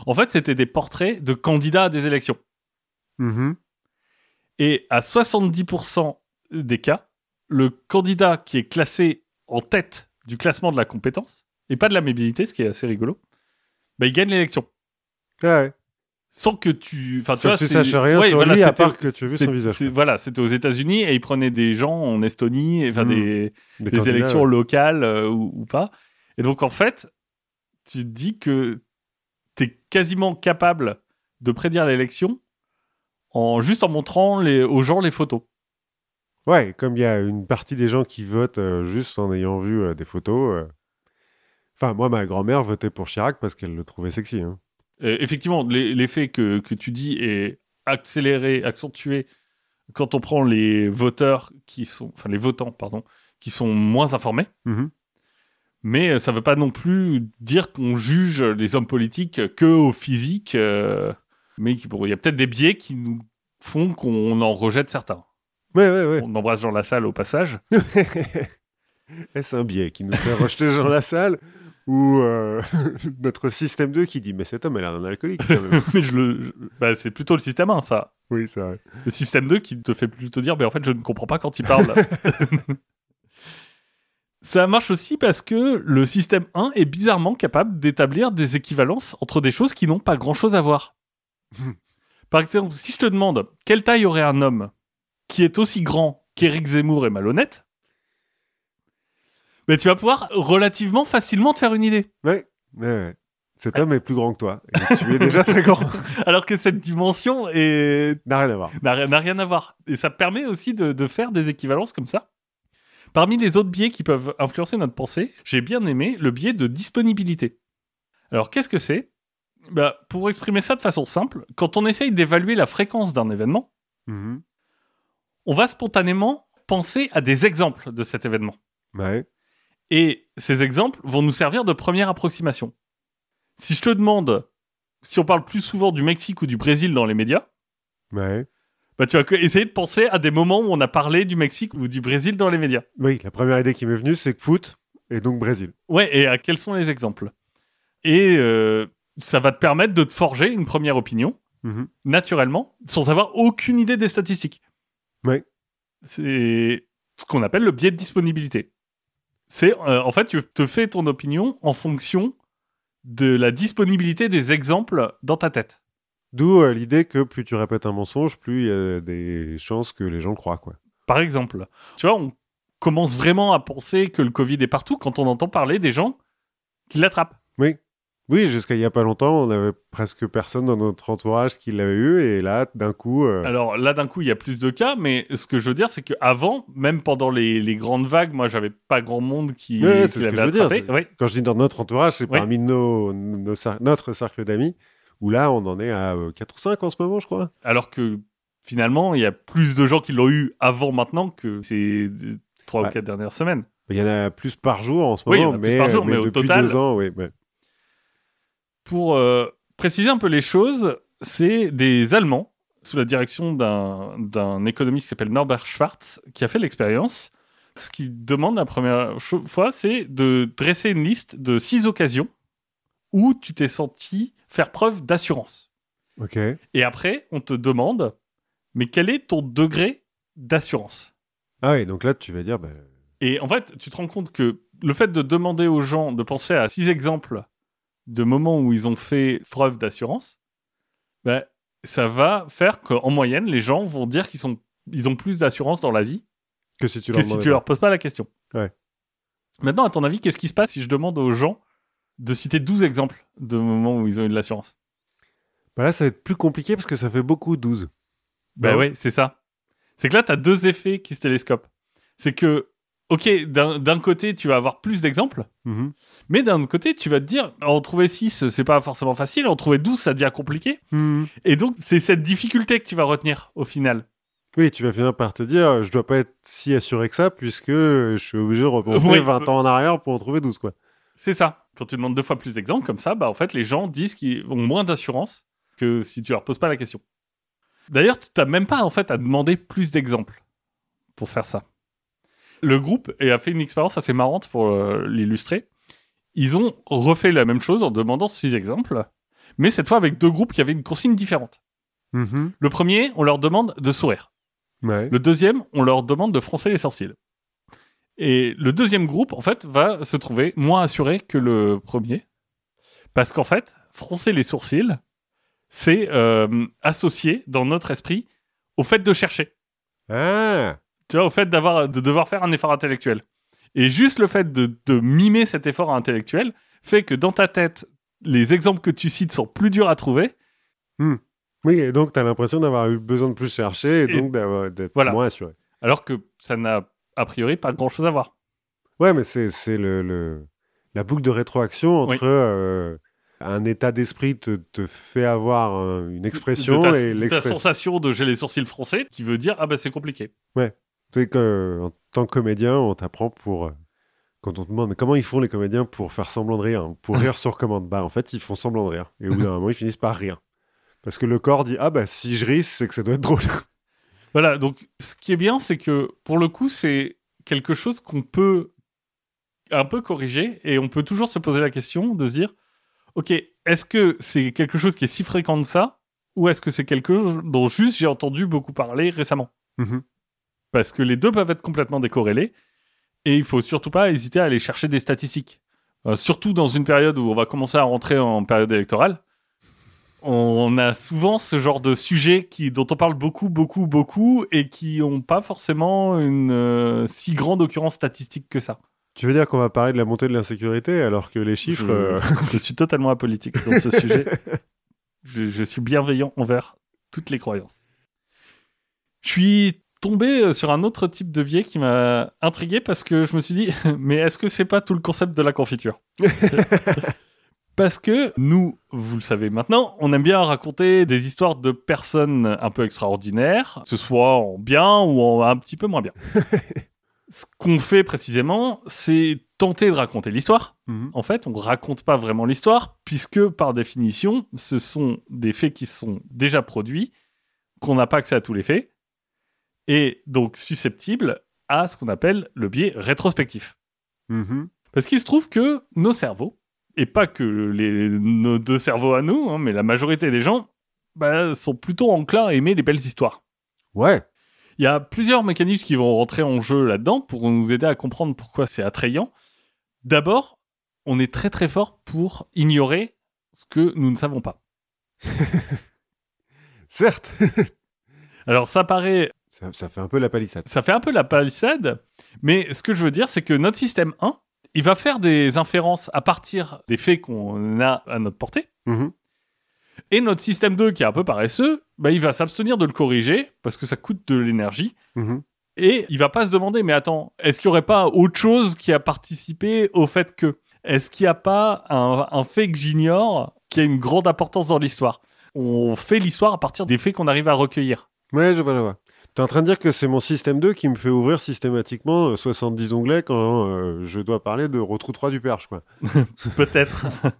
En fait, c'était des portraits de candidats à des élections. Mhm. Et à 70% des cas, le candidat qui est classé en tête du classement de la compétence, et pas de l'amabilité, ce qui est assez rigolo, ben, il gagne l'élection. Ah ouais. sans que tu enfin tu Sans vois que tu c'est- saches rien sur lui, à c'était- part que tu as vu son c'est- visage. c'est- voilà c'était aux États-Unis et ils prenaient des gens en Estonie et enfin Mm. des, des candidats, élections ouais. locales euh, ou, ou pas et donc en fait tu te dis que tu es quasiment capable de prédire l'élection en juste en montrant les, aux gens les photos Ouais, comme il y a une partie des gens qui votent euh, juste en ayant vu euh, des photos. euh. Enfin, moi, ma grand-mère votait pour Chirac parce qu'elle le trouvait sexy. hein. Euh, effectivement, l'e- l'effet que, que tu dis est accéléré, accentué quand on prend les voteurs qui sont, enfin les votants, pardon, qui sont moins informés. Mhm. Mais euh, ça ne veut pas non plus dire qu'on juge les hommes politiques que au physique. euh, mais qui- bon, il y a peut-être des biais qui nous font qu'on en rejette certains. Ouais, ouais, ouais. On embrasse Jean Lassalle au passage. Est-ce un biais qui nous fait rejeter dans la salle ou euh, notre système 2 qui dit mais cet homme elle a un alcoolique quand même. Mais je le, je- bah, c'est plutôt le système 1, ça. oui c'est vrai. Le système 2 qui te fait plutôt dire, mais en fait, je ne comprends pas quand il parle. Ça marche aussi parce que le système 1 est bizarrement capable d'établir des équivalences entre des choses qui n'ont pas grand-chose à voir. Par exemple, si je te demande quelle taille aurait un homme qui est aussi grand qu'Éric Zemmour et malhonnête, mais tu vas pouvoir relativement facilement te faire une idée. Ouais, ouais. Cet homme est plus grand que toi. Et tu es déjà très grand. Alors que cette dimension est N'a rien à voir. n'a rien- n'a rien à voir. Et ça permet aussi de, de faire des équivalences comme ça. Parmi les autres biais qui peuvent influencer notre pensée, j'ai bien aimé le biais de disponibilité. Alors qu'est-ce que c'est Bah, Pour exprimer ça de façon simple, quand on essaye d'évaluer la fréquence d'un événement, Mhm. on va spontanément penser à des exemples de cet événement. Ouais. Et ces exemples vont nous servir de première approximation. Si je te demande si on parle plus souvent du Mexique ou du Brésil dans les médias, Ouais. Bah, tu vas que- essayer de penser à des moments où on a parlé du Mexique ou du Brésil dans les médias. Oui, la première idée qui m'est venue, c'est que foot et donc Brésil. Ouais, et à quels sont les exemples Et euh, ça va te permettre de te forger une première opinion, Mhm. naturellement, sans avoir aucune idée des statistiques. Ouais. C'est ce qu'on appelle le biais de disponibilité. C'est, euh, en fait, tu te fais ton opinion en fonction de la disponibilité des exemples dans ta tête. D'où euh, l'idée que plus tu répètes un mensonge, plus il y a des chances que les gens croient quoi. Par exemple, tu vois, on commence vraiment à penser que le Covid est partout quand on entend parler des gens qui l'attrapent. Oui, jusqu'à il y a pas longtemps, on avait presque personne dans notre entourage qui l'avait eu et là, d'un coup, euh, Alors là, d'un coup, il y a plus de cas, mais ce que je veux dire, c'est qu'avant, même pendant les, les grandes vagues, moi, j'avais pas grand monde qui, Ouais, ouais, qui c'est ce que l'avait je veux dire, attrapé. c'est- Ouais. quand je dis dans notre entourage, c'est Oui. parmi nos, nos cer- notre cercle d'amis où là, on en est à 4 ou 5 en ce moment, je crois. Alors que finalement, il y a plus de gens qui l'ont eu avant maintenant que ces euh, trois Ouais. ou quatre dernières semaines. Il y en a plus par jour en ce Oui, il y en moment, a plus mais, par jour, mais au depuis total- deux ans, oui. ouais. Pour euh, préciser un peu les choses, c'est des Allemands, sous la direction d'un d'un économiste qui s'appelle Norbert Schwartz, qui a fait l'expérience. Ce qu'il demande la première cho- fois, c'est de dresser une liste de six occasions où tu t'es senti faire preuve d'assurance. Ok. Et après, on te demande, mais quel est ton degré d'assurance Ah oui, donc là, tu vas dire, bah, et en fait, tu te rends compte que le fait de demander aux gens de penser à six exemples de moments où ils ont fait preuve d'assurance, ben, ça va faire qu'en moyenne, les gens vont dire qu'ils sont, ils ont plus d'assurance dans la vie que si tu que leur si demandais tu pas. leur poses pas la question. Ouais. Maintenant, à ton avis, qu'est-ce qui se passe si je demande aux gens de citer 12 exemples de moments où ils ont eu de l'assurance Bah là, ça va être plus compliqué parce que ça fait beaucoup 12. Ben Ouais. ouais, c'est ça. C'est que là, tu as deux effets qui se télescopent. C'est que, ok, d'un d'un côté, tu vas avoir plus d'exemples, Mhm. Mais d'un autre côté, tu vas te dire, en trouver 6, c'est pas forcément facile, en trouver 12, ça devient compliqué. Mhm. Et donc, c'est cette difficulté que tu vas retenir au final. Oui, tu vas finir par te dire, je dois pas être si assuré que ça puisque je suis obligé de remonter Oui. 20 ans en arrière pour en trouver 12, quoi. C'est ça. Quand tu demandes deux fois plus d'exemples, comme ça, bah, en fait, les gens disent qu'ils ont moins d'assurance que si tu leur poses pas la question. D'ailleurs, tu n'as même pas, en fait, à demander plus d'exemples pour faire ça. Le groupe et a fait une expérience assez marrante pour euh, l'illustrer. Ils ont refait la même chose en demandant six exemples, mais cette fois avec deux groupes qui avaient une consigne différente. Mhm. Le premier, on leur demande de sourire. Ouais. Le deuxième, on leur demande de froncer les sourcils. Et le deuxième groupe, en fait, va se trouver moins assuré que le premier. Parce qu'en fait, froncer les sourcils, c'est euh, associé dans notre esprit au fait de chercher. Ah Tu vois, au fait d'avoir, de devoir faire un effort intellectuel. Et juste le fait de, de mimer cet effort intellectuel fait que dans ta tête, les exemples que tu cites sont plus durs à trouver. Oui, et donc tu as l'impression d'avoir eu besoin de plus chercher et, Et- donc d'avoir- d'être Voilà. moins assuré. Alors que ça n'a a priori pas grand chose à voir. Ouais, mais c'est c'est le, le- la boucle de rétroaction entre Oui. euh, un état d'esprit te, te fait avoir euh, une expression de ta, et de ta l'expression. sensation de j'ai les sourcils français qui veut dire ah bah c'est compliqué. C'est que euh, en tant que comédien, on t'apprend pour euh, quand on te demande mais comment ils font les comédiens pour faire semblant de rire, hein, Ah. pour rire sur commande. Bah en fait, ils font semblant de rire et au bout d'un moment, ils finissent par rire. Parce que le corps dit ah bah si je ris, c'est que ça doit être drôle. Voilà, donc ce qui est bien c'est que pour le coup c'est quelque chose qu'on peut un peu corrigé et on peut toujours se poser la question de se dire ok, est-ce que c'est quelque chose qui est si fréquent que ça ou est-ce que c'est quelque chose dont juste j'ai entendu beaucoup parler récemment Mhm. Parce que les deux peuvent être complètement décorrélés et il faut surtout pas hésiter à aller chercher des statistiques. Euh, surtout dans une période où on va commencer à rentrer en période électorale, on a souvent ce genre de sujets qui, dont on parle beaucoup, beaucoup, beaucoup et qui n'ont pas forcément une euh, si grande occurrence statistique que ça. Tu veux dire qu'on va parler de la montée de l'insécurité alors que les chiffres. Je- euh, Je suis totalement apolitique dans ce sujet. Je, je suis bienveillant envers toutes les croyances. Je suis tombé euh, sur un autre type de biais qui m'a intrigué parce que je me suis dit, mais est-ce que c'est pas tout le concept de la confiture Parce que nous, vous le savez maintenant, on aime bien raconter des histoires de personnes un peu extraordinaires, que ce soit en bien ou en un petit peu moins bien. ce qu'on fait précisément, c'est tenter de raconter l'histoire, mhm. en fait, on ne raconte pas vraiment l'histoire, puisque par définition, ce sont des faits qui sont déjà produits, qu'on n'a pas accès à tous les faits, et donc susceptibles à ce qu'on appelle le biais rétrospectif. Mhm. Parce qu'il se trouve que nos cerveaux, et pas que les- nos deux cerveaux à nous, hein, mais la majorité des gens, bah, sont plutôt enclins à aimer les belles histoires. Ouais. Il y a plusieurs mécanismes qui vont rentrer en jeu là-dedans pour nous aider à comprendre pourquoi c'est attrayant. D'abord, on est très très fort pour ignorer ce que nous ne savons pas. Certes. Alors ça paraît, ça, ça fait un peu la palissade. ça fait un peu la palissade, mais ce que je veux dire, c'est que notre système 1, il va faire des inférences à partir des faits qu'on a à notre portée, Mhm. et notre système 2, qui est un peu paresseux, bah, il va s'abstenir de le corriger, parce que ça coûte de l'énergie, Mhm. Et il va pas se demander, mais attends, est-ce qu'il n'y aurait pas autre chose qui a participé au fait que Est-ce qu'il n'y a pas un, un fait que j'ignore qui a une grande importance dans l'histoire On fait l'histoire à partir des faits qu'on arrive à recueillir. Ouais, je vois, je vois. T'es en train de dire que c'est mon système 2 qui me fait ouvrir systématiquement euh, 70 onglets quand euh, je dois parler de Retrou 3 du Perche, quoi. Peut-être.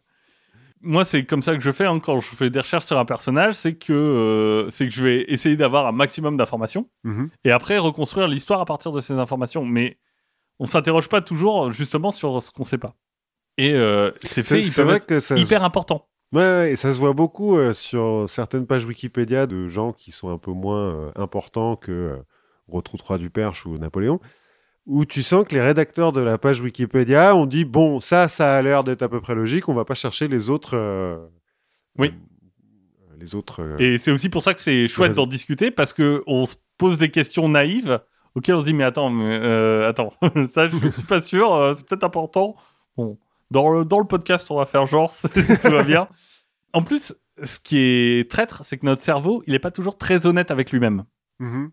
Moi, c'est comme ça que je fais hein, quand je fais des recherches sur un personnage, c'est que, euh, c'est que je vais essayer d'avoir un maximum d'informations Mhm. et après reconstruire l'histoire à partir de ces informations. Mais on s'interroge pas toujours justement sur ce qu'on sait pas. Et euh, ces faits, ils c'est peuvent vrai être que ça. se- hyper importants. Ouais, ouais, et ça se voit beaucoup euh, sur certaines pages Wikipédia de gens qui sont un peu moins euh, importants que euh, Retrou 3 du Perche ou Napoléon, où tu sens que les rédacteurs de la page Wikipédia ont dit bon, ça, ça a l'air d'être à peu près logique, on va pas chercher les autres. euh, Oui. euh, les autres. euh, Et c'est aussi pour ça que c'est chouette Vas-y. d'en discuter parce que on se pose des questions naïves auxquelles on se dit mais attends, mais, euh, attends, ça je suis pas sûr, euh, c'est peut-être important. Bon, dans le, dans le podcast on va faire genre c'est- tout va bien. En plus, ce qui est traître, c'est que notre cerveau, il est pas toujours très honnête avec lui-même. mhm.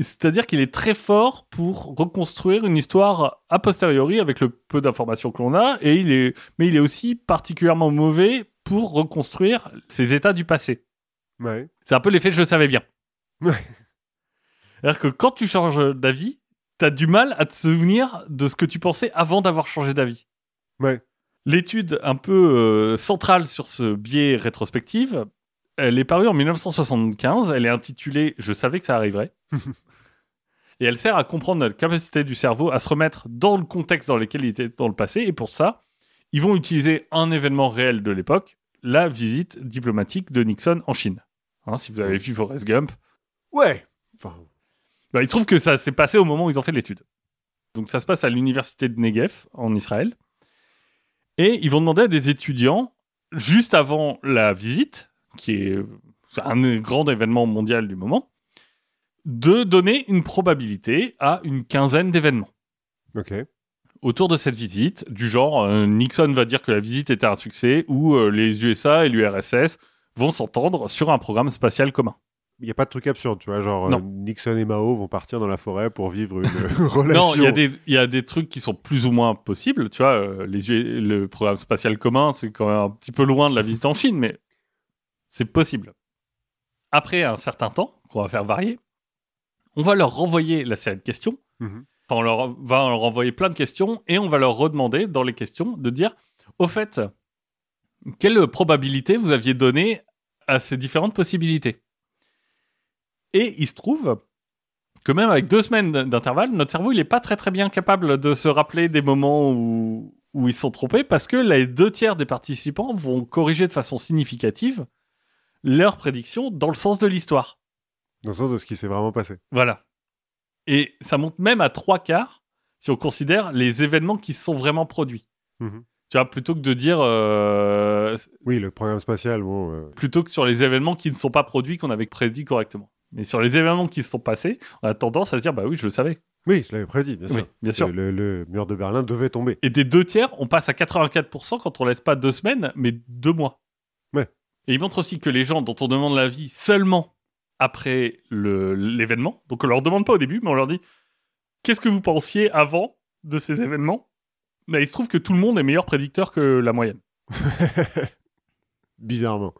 C'est-à-dire qu'il est très fort pour reconstruire une histoire a posteriori avec le peu d'informations que l'on a, et il est, mais il est aussi particulièrement mauvais pour reconstruire ses états du passé. Ouais. C'est un peu l'effet je le savais bien. Ouais. C'est-à-dire que quand tu changes d'avis, t'as du mal à te souvenir de ce que tu pensais avant d'avoir changé d'avis. Ouais. L'étude un peu euh, centrale sur ce biais rétrospectif, elle est parue en 1975. Elle est intitulée Je savais que ça arriverait. et elle sert à comprendre la capacité du cerveau à se remettre dans le contexte dans lequel il était dans le passé. Et pour ça, ils vont utiliser un événement réel de l'époque, la visite diplomatique de Nixon en Chine. Hein, si vous avez vu Forrest Gump, Ouais. Enfin, bah, il se trouve que ça s'est passé au moment où ils ont fait l'étude. Donc ça se passe à l'université de Negev en Israël. Et ils vont demander à des étudiants, juste avant la visite, qui est euh, un grand événement mondial du moment, de donner une probabilité à une quinzaine d'événements ok. autour de cette visite, du genre euh, Nixon va dire que la visite était un succès ou euh, les USA et l'URSS vont s'entendre sur un programme spatial commun. Il n'y a pas de truc absurde, tu vois, genre Non. euh, Nixon et Mao vont partir dans la forêt pour vivre une relation. Non, il y, a des- il y a des trucs qui sont plus ou moins possibles, tu vois, euh, les, U- le programme spatial commun, c'est quand même un petit peu loin de la visite en Chine, mais c'est possible. Après un certain temps, qu'on va faire varier, on va leur renvoyer la série de questions Mhm. Enfin, on leur va leur envoyer plein de questions et on va leur redemander dans les questions de dire au fait, quelle probabilité vous aviez donnée à ces différentes possibilités Et il se trouve que même avec deux semaines d'intervalle, notre cerveau, il n'est pas très très bien capable de se rappeler des moments où, où ils sont trompés parce que les deux tiers des participants vont corriger de façon significative leurs prédictions dans le sens de l'histoire. Dans le sens de ce qui s'est vraiment passé. Voilà. Et ça monte même à trois quarts si on considère les événements qui se sont vraiment produits. Mhm. Tu vois, plutôt que de dire euh, Oui, le programme spatial, bon. euh, plutôt que sur les événements qui ne sont pas produits qu'on avait prédits correctement. Mais sur les événements qui se sont passés, on a tendance à se dire bah oui, je le savais. Oui, je l'avais prédit, bien Oui, sûr. bien sûr. Le, le- le mur de Berlin devait tomber. Et des deux tiers, on passe à 84% quand on laisse pas deux semaines, mais deux mois. Ouais. Et il montre aussi que les gens dont on demande l'avis seulement après le- l'événement, donc on leur demande pas au début, mais on leur dit qu'est-ce que vous pensiez avant de ces événements Bah, Il se trouve que tout le monde est meilleur prédicteur que la moyenne. Bizarrement.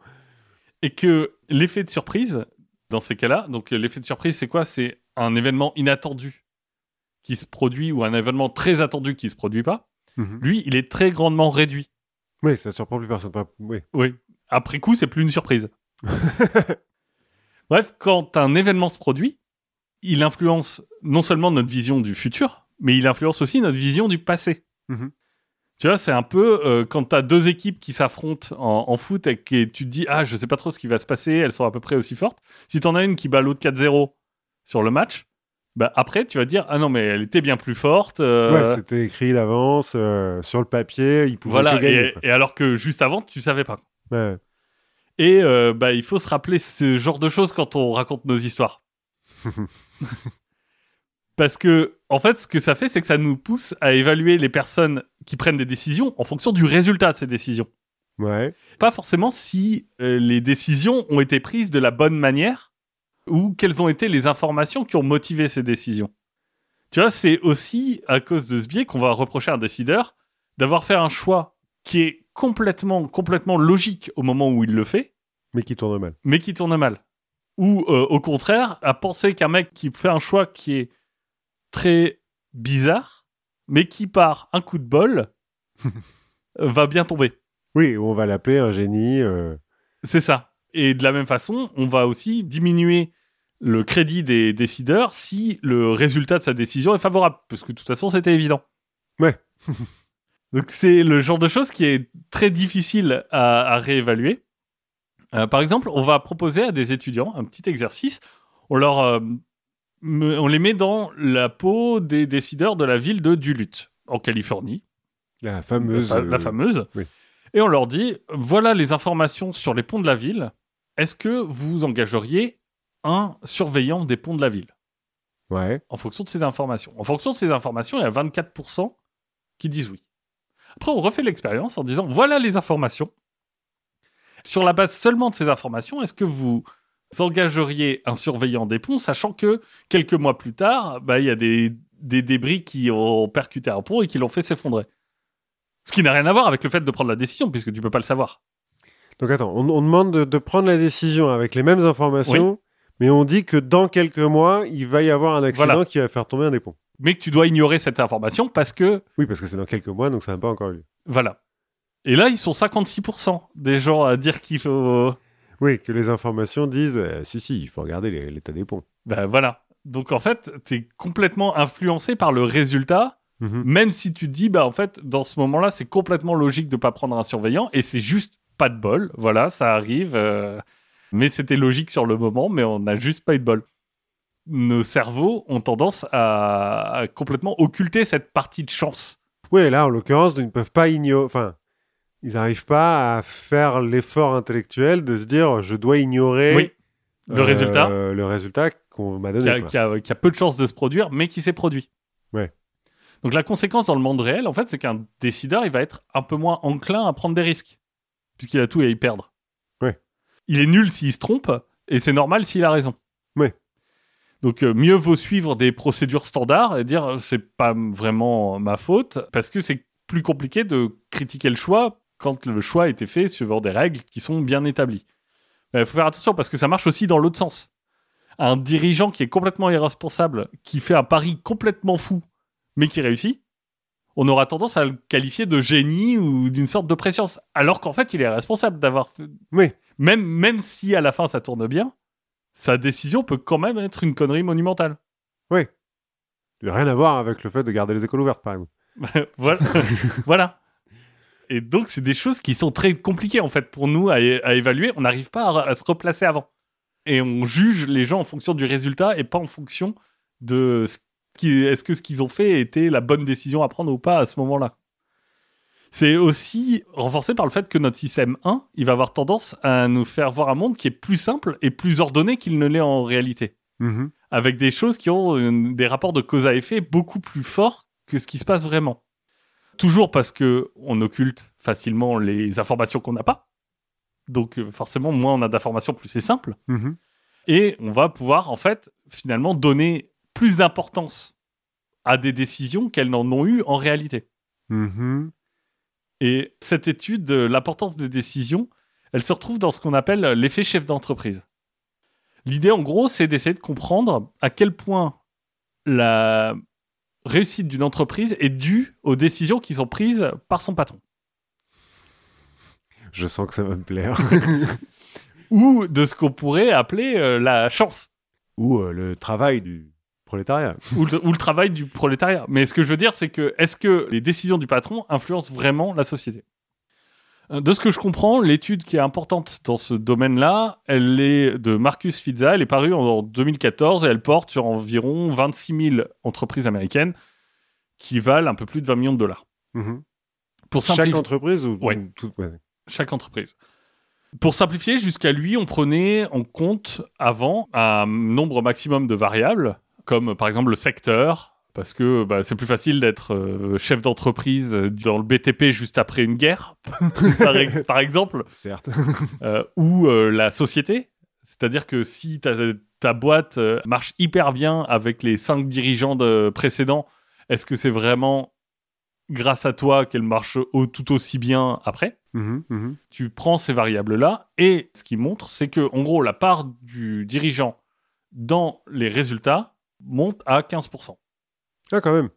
Et que l'effet de surprise, dans ces cas-là, donc euh, l'effet de surprise, c'est quoi C'est un événement inattendu qui se produit ou un événement très attendu qui se produit pas. Mhm. Lui, il est très grandement réduit. Oui, ça surprend plus personne. Enfin, oui. Oui. Après coup, c'est plus une surprise. Bref, quand un événement se produit, il influence non seulement notre vision du futur, mais il influence aussi notre vision du passé. Mhm. Tu vois, c'est un peu euh, quand tu as deux équipes qui s'affrontent en, en foot et que tu te dis Ah, je sais pas trop ce qui va se passer, elles sont à peu près aussi fortes. Si tu en as une qui bat l'autre 4-0 sur le match, bah après, tu vas te dire Ah non, mais elle était bien plus forte. euh, Ouais, c'était écrit d'avance, euh, sur le papier, ils pouvaient voilà. que gagner. Et, quoi. et alors que juste avant, tu savais pas. Ouais. Et euh, bah, il faut se rappeler ce genre de choses quand on raconte nos histoires. Parce que, en fait, ce que ça fait, c'est que ça nous pousse à évaluer les personnes qui prennent des décisions en fonction du résultat de ces décisions. ouais. Pas forcément si euh, les décisions ont été prises de la bonne manière ou quelles ont été les informations qui ont motivé ces décisions. Tu vois, c'est aussi à cause de ce biais qu'on va reprocher à un décideur d'avoir fait un choix qui est complètement, complètement logique au moment où il le fait, Mais qui tourne mal. mais qui tourne mal. Ou euh, au contraire, à penser qu'un mec qui fait un choix qui est très bizarre, mais qui par un coup de bol euh, va bien tomber. Oui, on va l'appeler un génie. euh, C'est ça. Et de la même façon, on va aussi diminuer le crédit des décideurs si le résultat de sa décision est favorable, parce que de toute façon, c'était évident. Ouais. Donc c'est le genre de chose qui est très difficile à, à réévaluer. Euh, par exemple, on va proposer à des étudiants un petit exercice. On leur, euh, me- on les met dans la peau des décideurs de la ville de Duluth, en Californie. La fameuse. La, la euh, fameuse. oui. Et on leur dit voilà les informations sur les ponts de la ville. Est-ce que vous engageriez un surveillant des ponts de la ville euh, Ouais. en fonction de ces informations En fonction de ces informations, il y a 24% qui disent oui. Après, on refait l'expérience en disant voilà les informations. Sur la base seulement de ces informations, est-ce que vous engageriez un surveillant des ponts, sachant que quelques mois plus tard, bah, il y a des, des débris qui ont percuté un pont et qui l'ont fait s'effondrer Ce qui n'a rien à voir avec le fait de prendre la décision, puisque tu peux pas le savoir. Donc attends, on, on demande de, de prendre la décision avec les mêmes informations, mais on dit que dans quelques mois, il va y avoir un accident Voilà. qui va faire tomber un des ponts. Mais que tu dois ignorer cette information parce que, Oui, parce que c'est dans quelques mois, donc ça n'a pas encore eu lieu. voilà. Et là, ils sont 56% des gens à dire qu'il faut... Oui, que les informations disent euh, si, si, il faut regarder les- l'état des ponts. Ben voilà. Donc en fait, t'es complètement influencé par le résultat, Mhm. même si tu te dis, bah en fait, dans ce moment-là, c'est complètement logique de pas prendre un surveillant, et c'est juste pas de bol. Voilà, ça arrive. euh, Mais c'était logique sur le moment, mais on n'a juste pas eu de bol. Nos cerveaux ont tendance à, à complètement occulter cette partie de chance. Oui, là, en l'occurrence, ils ne peuvent pas ignorer. Enfin, ils n'arrivent pas à faire l'effort intellectuel de se dire je dois ignorer oui, le euh, résultat le résultat qu'on m'a qui donné. a, quoi. qui a- qui a peu de chances de se produire, mais qui s'est produit. Ouais. Donc la conséquence dans le monde réel, en fait, c'est qu'un décideur, il va être un peu moins enclin à prendre des risques, puisqu'il a tout à y perdre. Ouais. Il est nul s'il se trompe, et c'est normal s'il a raison. Ouais. Donc euh, mieux vaut suivre des procédures standards et dire euh, c'est pas m- vraiment ma faute, parce que c'est plus compliqué de critiquer le choix quand le choix a été fait suivant des règles qui sont bien établies. Il faut faire attention parce que ça marche aussi dans l'autre sens un dirigeant qui est complètement irresponsable, qui fait un pari complètement fou, mais qui réussit, on aura tendance à le qualifier de génie ou d'une sorte de préscience. Alors qu'en fait, il est responsable d'avoir fait. Oui. Même, même si à la fin ça tourne bien, sa décision peut quand même être une connerie monumentale. Oui. Rien à voir avec le fait de garder les écoles ouvertes, par exemple. voilà. voilà. Et donc, c'est des choses qui sont très compliquées, en fait, pour nous à, é- à évaluer. On n'arrive pas à, à se replacer avant. Et on juge les gens en fonction du résultat et pas en fonction de ce qui, est-ce que ce qu'ils ont fait était la bonne décision à prendre ou pas à ce moment-là. C'est aussi renforcé par le fait que notre système 1, il va avoir tendance à nous faire voir un monde qui est plus simple et plus ordonné qu'il ne l'est en réalité Mhm. avec des choses qui ont une- des rapports de cause à effet beaucoup plus forts que ce qui se passe vraiment. Toujours parce que on occulte facilement les informations qu'on n'a pas. Donc euh, forcément, moins on a d'informations, plus c'est simple. Mhm. Et on va pouvoir, en fait, finalement donner plus d'importance à des décisions qu'elles n'en ont eu en réalité. Mhm. Et cette étude de l'importance des décisions, elle se retrouve dans ce qu'on appelle l'effet chef d'entreprise. L'idée, en gros, c'est d'essayer de comprendre à quel point la réussite d'une entreprise est due aux décisions qui sont prises par son patron. Je sens que ça va me plaire. Ou de ce qu'on pourrait appeler euh, la chance. Ou euh, le travail du prolétariat. ou, le, ou le travail du prolétariat. Mais ce que je veux dire, c'est que est-ce que les décisions du patron influencent vraiment la société Euh, De ce que je comprends, l'étude qui est importante dans ce domaine-là, elle est de Marcus Fizza, elle est parue en- en 2014 et elle porte sur environ 26 000 entreprises américaines qui valent un peu plus de 20 millions de dollars. Mhm. Pour Chaque simplifier, entreprise ou Ouais. ou tout- ouais. chaque entreprise. Pour simplifier, jusqu'à lui, on prenait en compte avant un nombre maximum de variables, comme euh, par exemple le secteur, parce que bah, c'est plus facile d'être euh, chef d'entreprise euh, dans le BTP juste après une guerre, par, ex- par exemple, Certes. euh, ou euh, la société. C'est-à-dire que si ta, ta boîte euh, marche hyper bien avec les cinq dirigeants de- précédents, est-ce que c'est vraiment grâce à toi qu'elle marche au- tout aussi bien après Mhm. Mhm. tu prends ces variables-là et ce qui montre, c'est que, en gros, la part du dirigeant dans les résultats monte à 15%. Ah, quand même.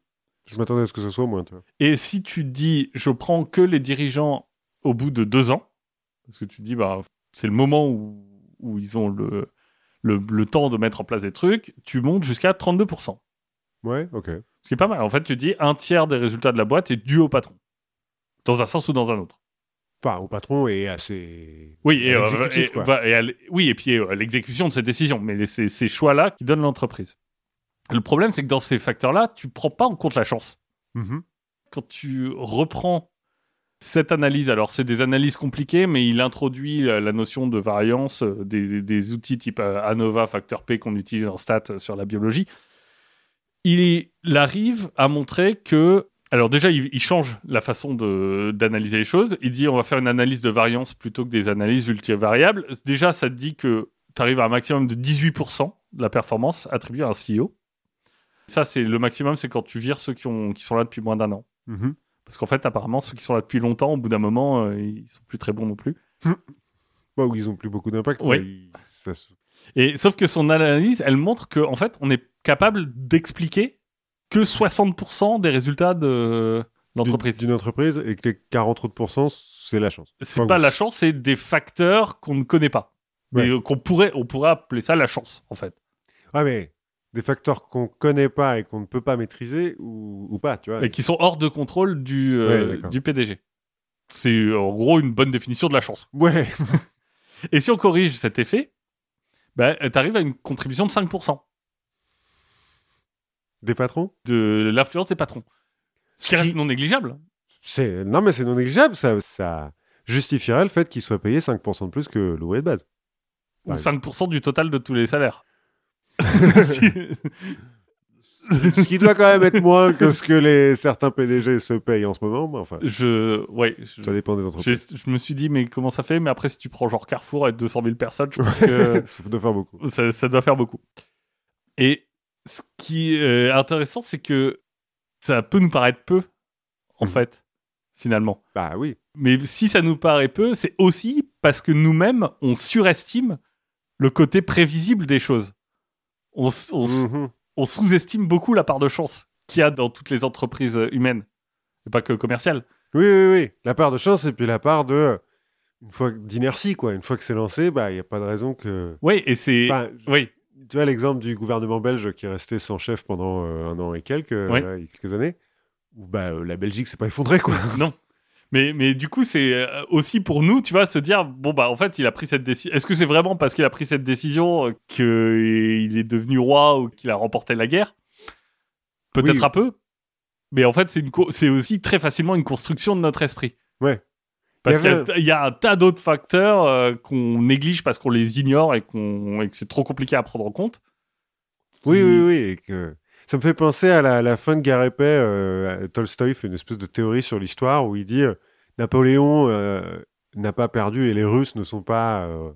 Je m'attendais à ce que ce soit moins, tu vois. Et si tu dis, je prends que les dirigeants au bout de deux ans, parce que tu dis, bah, c'est le moment où, où ils ont le, le, le temps de mettre en place des trucs, tu montes jusqu'à 32%. Ouais, ok. Ce qui est pas mal. En fait, tu dis, un tiers des résultats de la boîte est dû au patron, dans un sens ou dans un autre. Enfin, au patron est assez. Oui, et, À euh, l'exécutif, et- quoi. bah, et à l- oui, et puis euh, à l'exécution de ces décisions, mais les- ces, ces choix-là qui donnent l'entreprise. Le problème, c'est que dans ces facteurs-là, tu prends pas en compte la chance. Mhm. Quand tu reprends cette analyse, alors c'est des analyses compliquées, mais il introduit la, la notion de variance, euh, des, des- des outils type euh, ANOVA, facteur P qu'on utilise en stats euh, sur la biologie. Il, y- il arrive à montrer que, alors déjà, il, il change la façon de- d'analyser les choses. Il dit on va faire une analyse de variance plutôt que des analyses multivariables. Déjà, ça te dit que tu arrives à un maximum de 18% de la performance attribuée à un CEO. Ça, c'est le maximum, c'est quand tu vires ceux qui, ont, qui sont là depuis moins d'un an. Mhm. Parce qu'en fait, apparemment, ceux qui sont là depuis longtemps, au bout d'un moment, euh, ils sont plus très bons non plus. Bah, où ils ont plus beaucoup d'impact. Ouais. mais ils- ça se- Et sauf que son analyse, elle montre que en fait, on est capable d'expliquer que 60% des résultats de l'entreprise. D'une d'une entreprise et que les 40 autres pourcents, c'est la chance. C'est Enfin, pas ouf. la chance, c'est des facteurs qu'on ne connaît pas. Ouais. Mais euh, qu'on pourrait, on pourrait appeler ça la chance, en fait. Ouais, Ah, mais des facteurs qu'on connaît pas et qu'on ne peut pas maîtriser ou, ou pas, tu vois. Et qui sont hors de contrôle du, euh, Ouais, d'accord. du PDG. C'est euh, en gros une bonne définition de la chance. Ouais. Et si on corrige cet effet, bah, t'arrives à une contribution de 5%. Des patrons de l'influence des patrons. Ce qui Qui- reste non négligeable. c'est... Non, mais c'est non négligeable. Ça, ça justifierait le fait qu'ils soient payés 5% de plus que l'ouvrier de base. Ou Ouais. 5% du total de tous les salaires. Si- ce qui doit quand même être moins que ce que les certains PDG se payent en ce moment. mais enfin, je, ouais, je, ça dépend des entreprises. j'ai- je me suis dit, mais comment ça fait Mais après, si tu prends genre Carrefour avec 200 000 personnes, je pense que Ça doit faire beaucoup. ça, ça doit faire beaucoup. Et ce qui est intéressant, c'est que ça peut nous paraître peu, en Mhm. fait, finalement. Bah oui. Mais si ça nous paraît peu, c'est aussi parce que nous-mêmes, on surestime le côté prévisible des choses. On, s- on s- Mhm. on sous-estime beaucoup la part de chance qu'il y a dans toutes les entreprises euh, humaines, et pas que commerciales. Oui, oui, oui. La part de chance et puis la part de. Une fois que- d'inertie, quoi. Une fois que c'est lancé, bah, il n'y a pas de raison que. Oui, et c'est. Enfin, je- oui, tu vois l'exemple du gouvernement belge qui est resté sans chef pendant euh, un an et quelques, euh, Ouais. là, il y a quelques années, où bah, euh, la Belgique s'est pas effondrée, quoi. non. Mais, mais du coup, c'est euh, aussi pour nous, tu vois, se dire, bon, bah, en fait, il a pris cette décision. Est-ce que c'est vraiment parce qu'il a pris cette décision euh, qu'il est devenu roi ou qu'il a remporté la guerre Peut-être Oui. un peu. Mais en fait, c'est une co- c'est aussi très facilement une construction de notre esprit. Ouais. Parce Il y qu'il y, a avait- t- il y a un tas d'autres facteurs euh, qu'on néglige parce qu'on les ignore et, qu'on et que c'est trop compliqué à prendre en compte. Oui, Qui- oui, oui. et que- Ça me fait penser à la, la fin de Guerre et Paix. euh, Tolstoï fait une espèce de théorie sur l'histoire où il dit euh, Napoléon euh, n'a pas perdu et les Russes ne sont pas euh,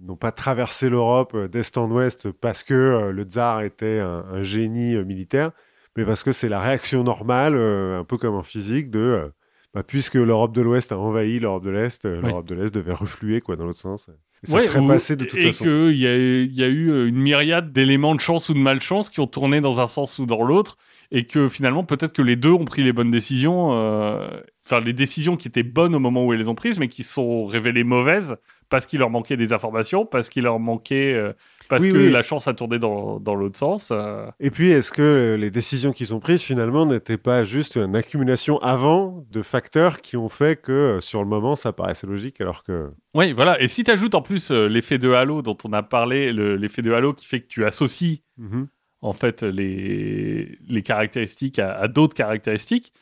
n'ont pas traversé l'Europe euh, d'est en ouest parce que euh, le tsar était un, un génie euh, militaire, mais parce que c'est la réaction normale, euh, un peu comme en physique, de euh, bah, puisque l'Europe de l'Ouest a envahi l'Europe de l'Est, euh, Ouais. l'Europe de l'Est devait refluer quoi dans l'autre sens. Et ça Ouais, serait ou- passé de toute et façon. qu'il y a, il y a eu euh, une myriade d'éléments de chance ou de malchance qui ont tourné dans un sens ou dans l'autre, et que finalement, peut-être que les deux ont pris les bonnes décisions, euh, enfin, les décisions qui étaient bonnes au moment où elles les ont prises, mais qui se sont révélées mauvaises parce qu'il leur manquait des informations, parce qu'il leur manquait. euh, parce Oui, que oui. la chance a tourné dans, dans l'autre sens. euh. Et puis, est-ce que euh, les décisions qui sont prises, finalement, n'étaient pas juste une accumulation avant de facteurs qui ont fait que, euh, sur le moment, ça paraissait logique, alors que... Oui, voilà. Et si tu ajoutes en plus euh, l'effet de halo dont on a parlé, le- l'effet de halo qui fait que tu associes Mhm. en fait les, les caractéristiques à, à d'autres caractéristiques.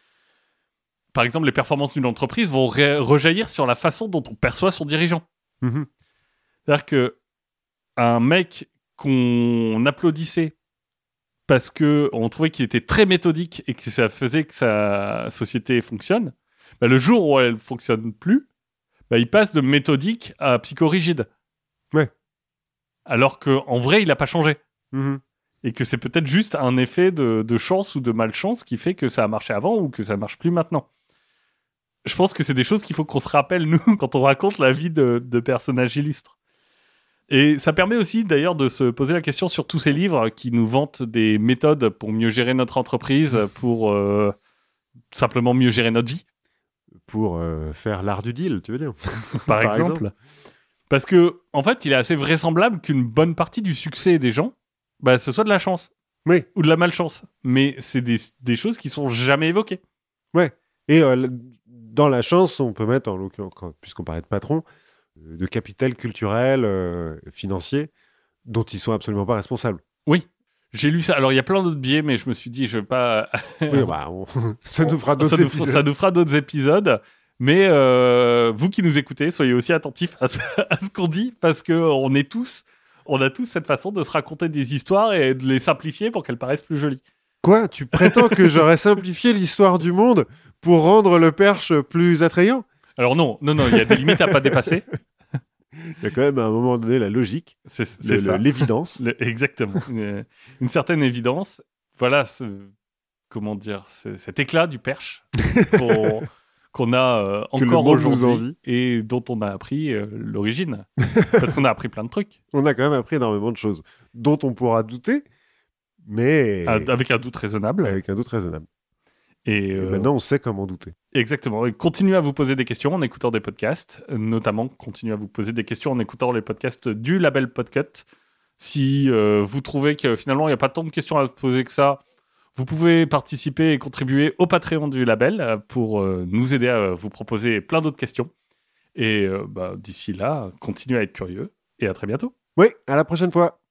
Par exemple, les performances d'une entreprise vont ré- rejaillir sur la façon dont on perçoit son dirigeant. Mmh Mhm. C'est-à-dire que un mec qu'on applaudissait parce que on trouvait qu'il était très méthodique et que ça faisait que sa société fonctionne, bah, le jour où elle fonctionne plus, bah, il passe de méthodique à psychorigide. Ouais. Alors qu'en vrai, il n'a pas changé Mhm. et que c'est peut-être juste un effet de, de chance ou de malchance qui fait que ça a marché avant ou que ça marche plus maintenant. Je pense que c'est des choses qu'il faut qu'on se rappelle, nous, quand on raconte la vie de, de personnages illustres. Et ça permet aussi, d'ailleurs, de se poser la question sur tous ces livres qui nous vantent des méthodes pour mieux gérer notre entreprise, pour euh, simplement mieux gérer notre vie Pour euh, faire l'art du deal, tu veux dire par, Par exemple. Parce que, en fait, il est assez vraisemblable qu'une bonne partie du succès des gens, bah, ce soit de la chance. Oui. Ou de la malchance. Mais c'est des, des choses qui sont jamais évoquées. Et euh, l- dans la chance, on peut mettre, en l'occurrence, quand- puisqu'on parlait de patron, euh, de capital culturel, euh, financier, dont ils sont absolument pas responsables. J'ai lu ça. Alors, il y a plein d'autres biais, mais je me suis dit, je vais pas. Oui, bah, on- ça nous fera ça, d'autres nous, fera- épisodes. ça nous fera d'autres épisodes. Mais euh, vous qui nous écoutez, soyez aussi attentifs à ce, à ce qu'on dit, parce que on est tous. On a tous cette façon de se raconter des histoires et de les simplifier pour qu'elles paraissent plus jolies. Quoi Tu prétends que j'aurais simplifié l'histoire du monde pour rendre le perche plus attrayant Alors non, non, non, il y a des limites à pas dépasser. Il y a quand même à un moment donné la logique, C'est le- c'est le- ça. l'évidence. Le- exactement. une, euh, une certaine évidence. Voilà, ce- comment dire, ce- cet éclat du perche qu'on qu'on a euh, Que le encore monde nous aujourd'hui envie. et dont on a appris euh, l'origine. Parce qu'on a appris plein de trucs, on a quand même appris énormément de choses dont on pourra douter, mais à- avec un doute raisonnable. avec un doute raisonnable. Et, Et ben, euh, Maintenant, on sait comment douter. Exactement. Et continuez à vous poser des questions en écoutant des podcasts. Euh, Notamment, continuez à vous poser des questions en écoutant les podcasts du label Podcut. Si euh, vous trouvez que euh, finalement, il n'y a pas tant de questions à poser que ça, vous pouvez participer et contribuer au Patreon du label euh, pour euh, nous aider à euh, vous proposer plein d'autres questions. Et euh, bah, d'ici là, continuez à être curieux et à très bientôt. Oui, à la prochaine fois.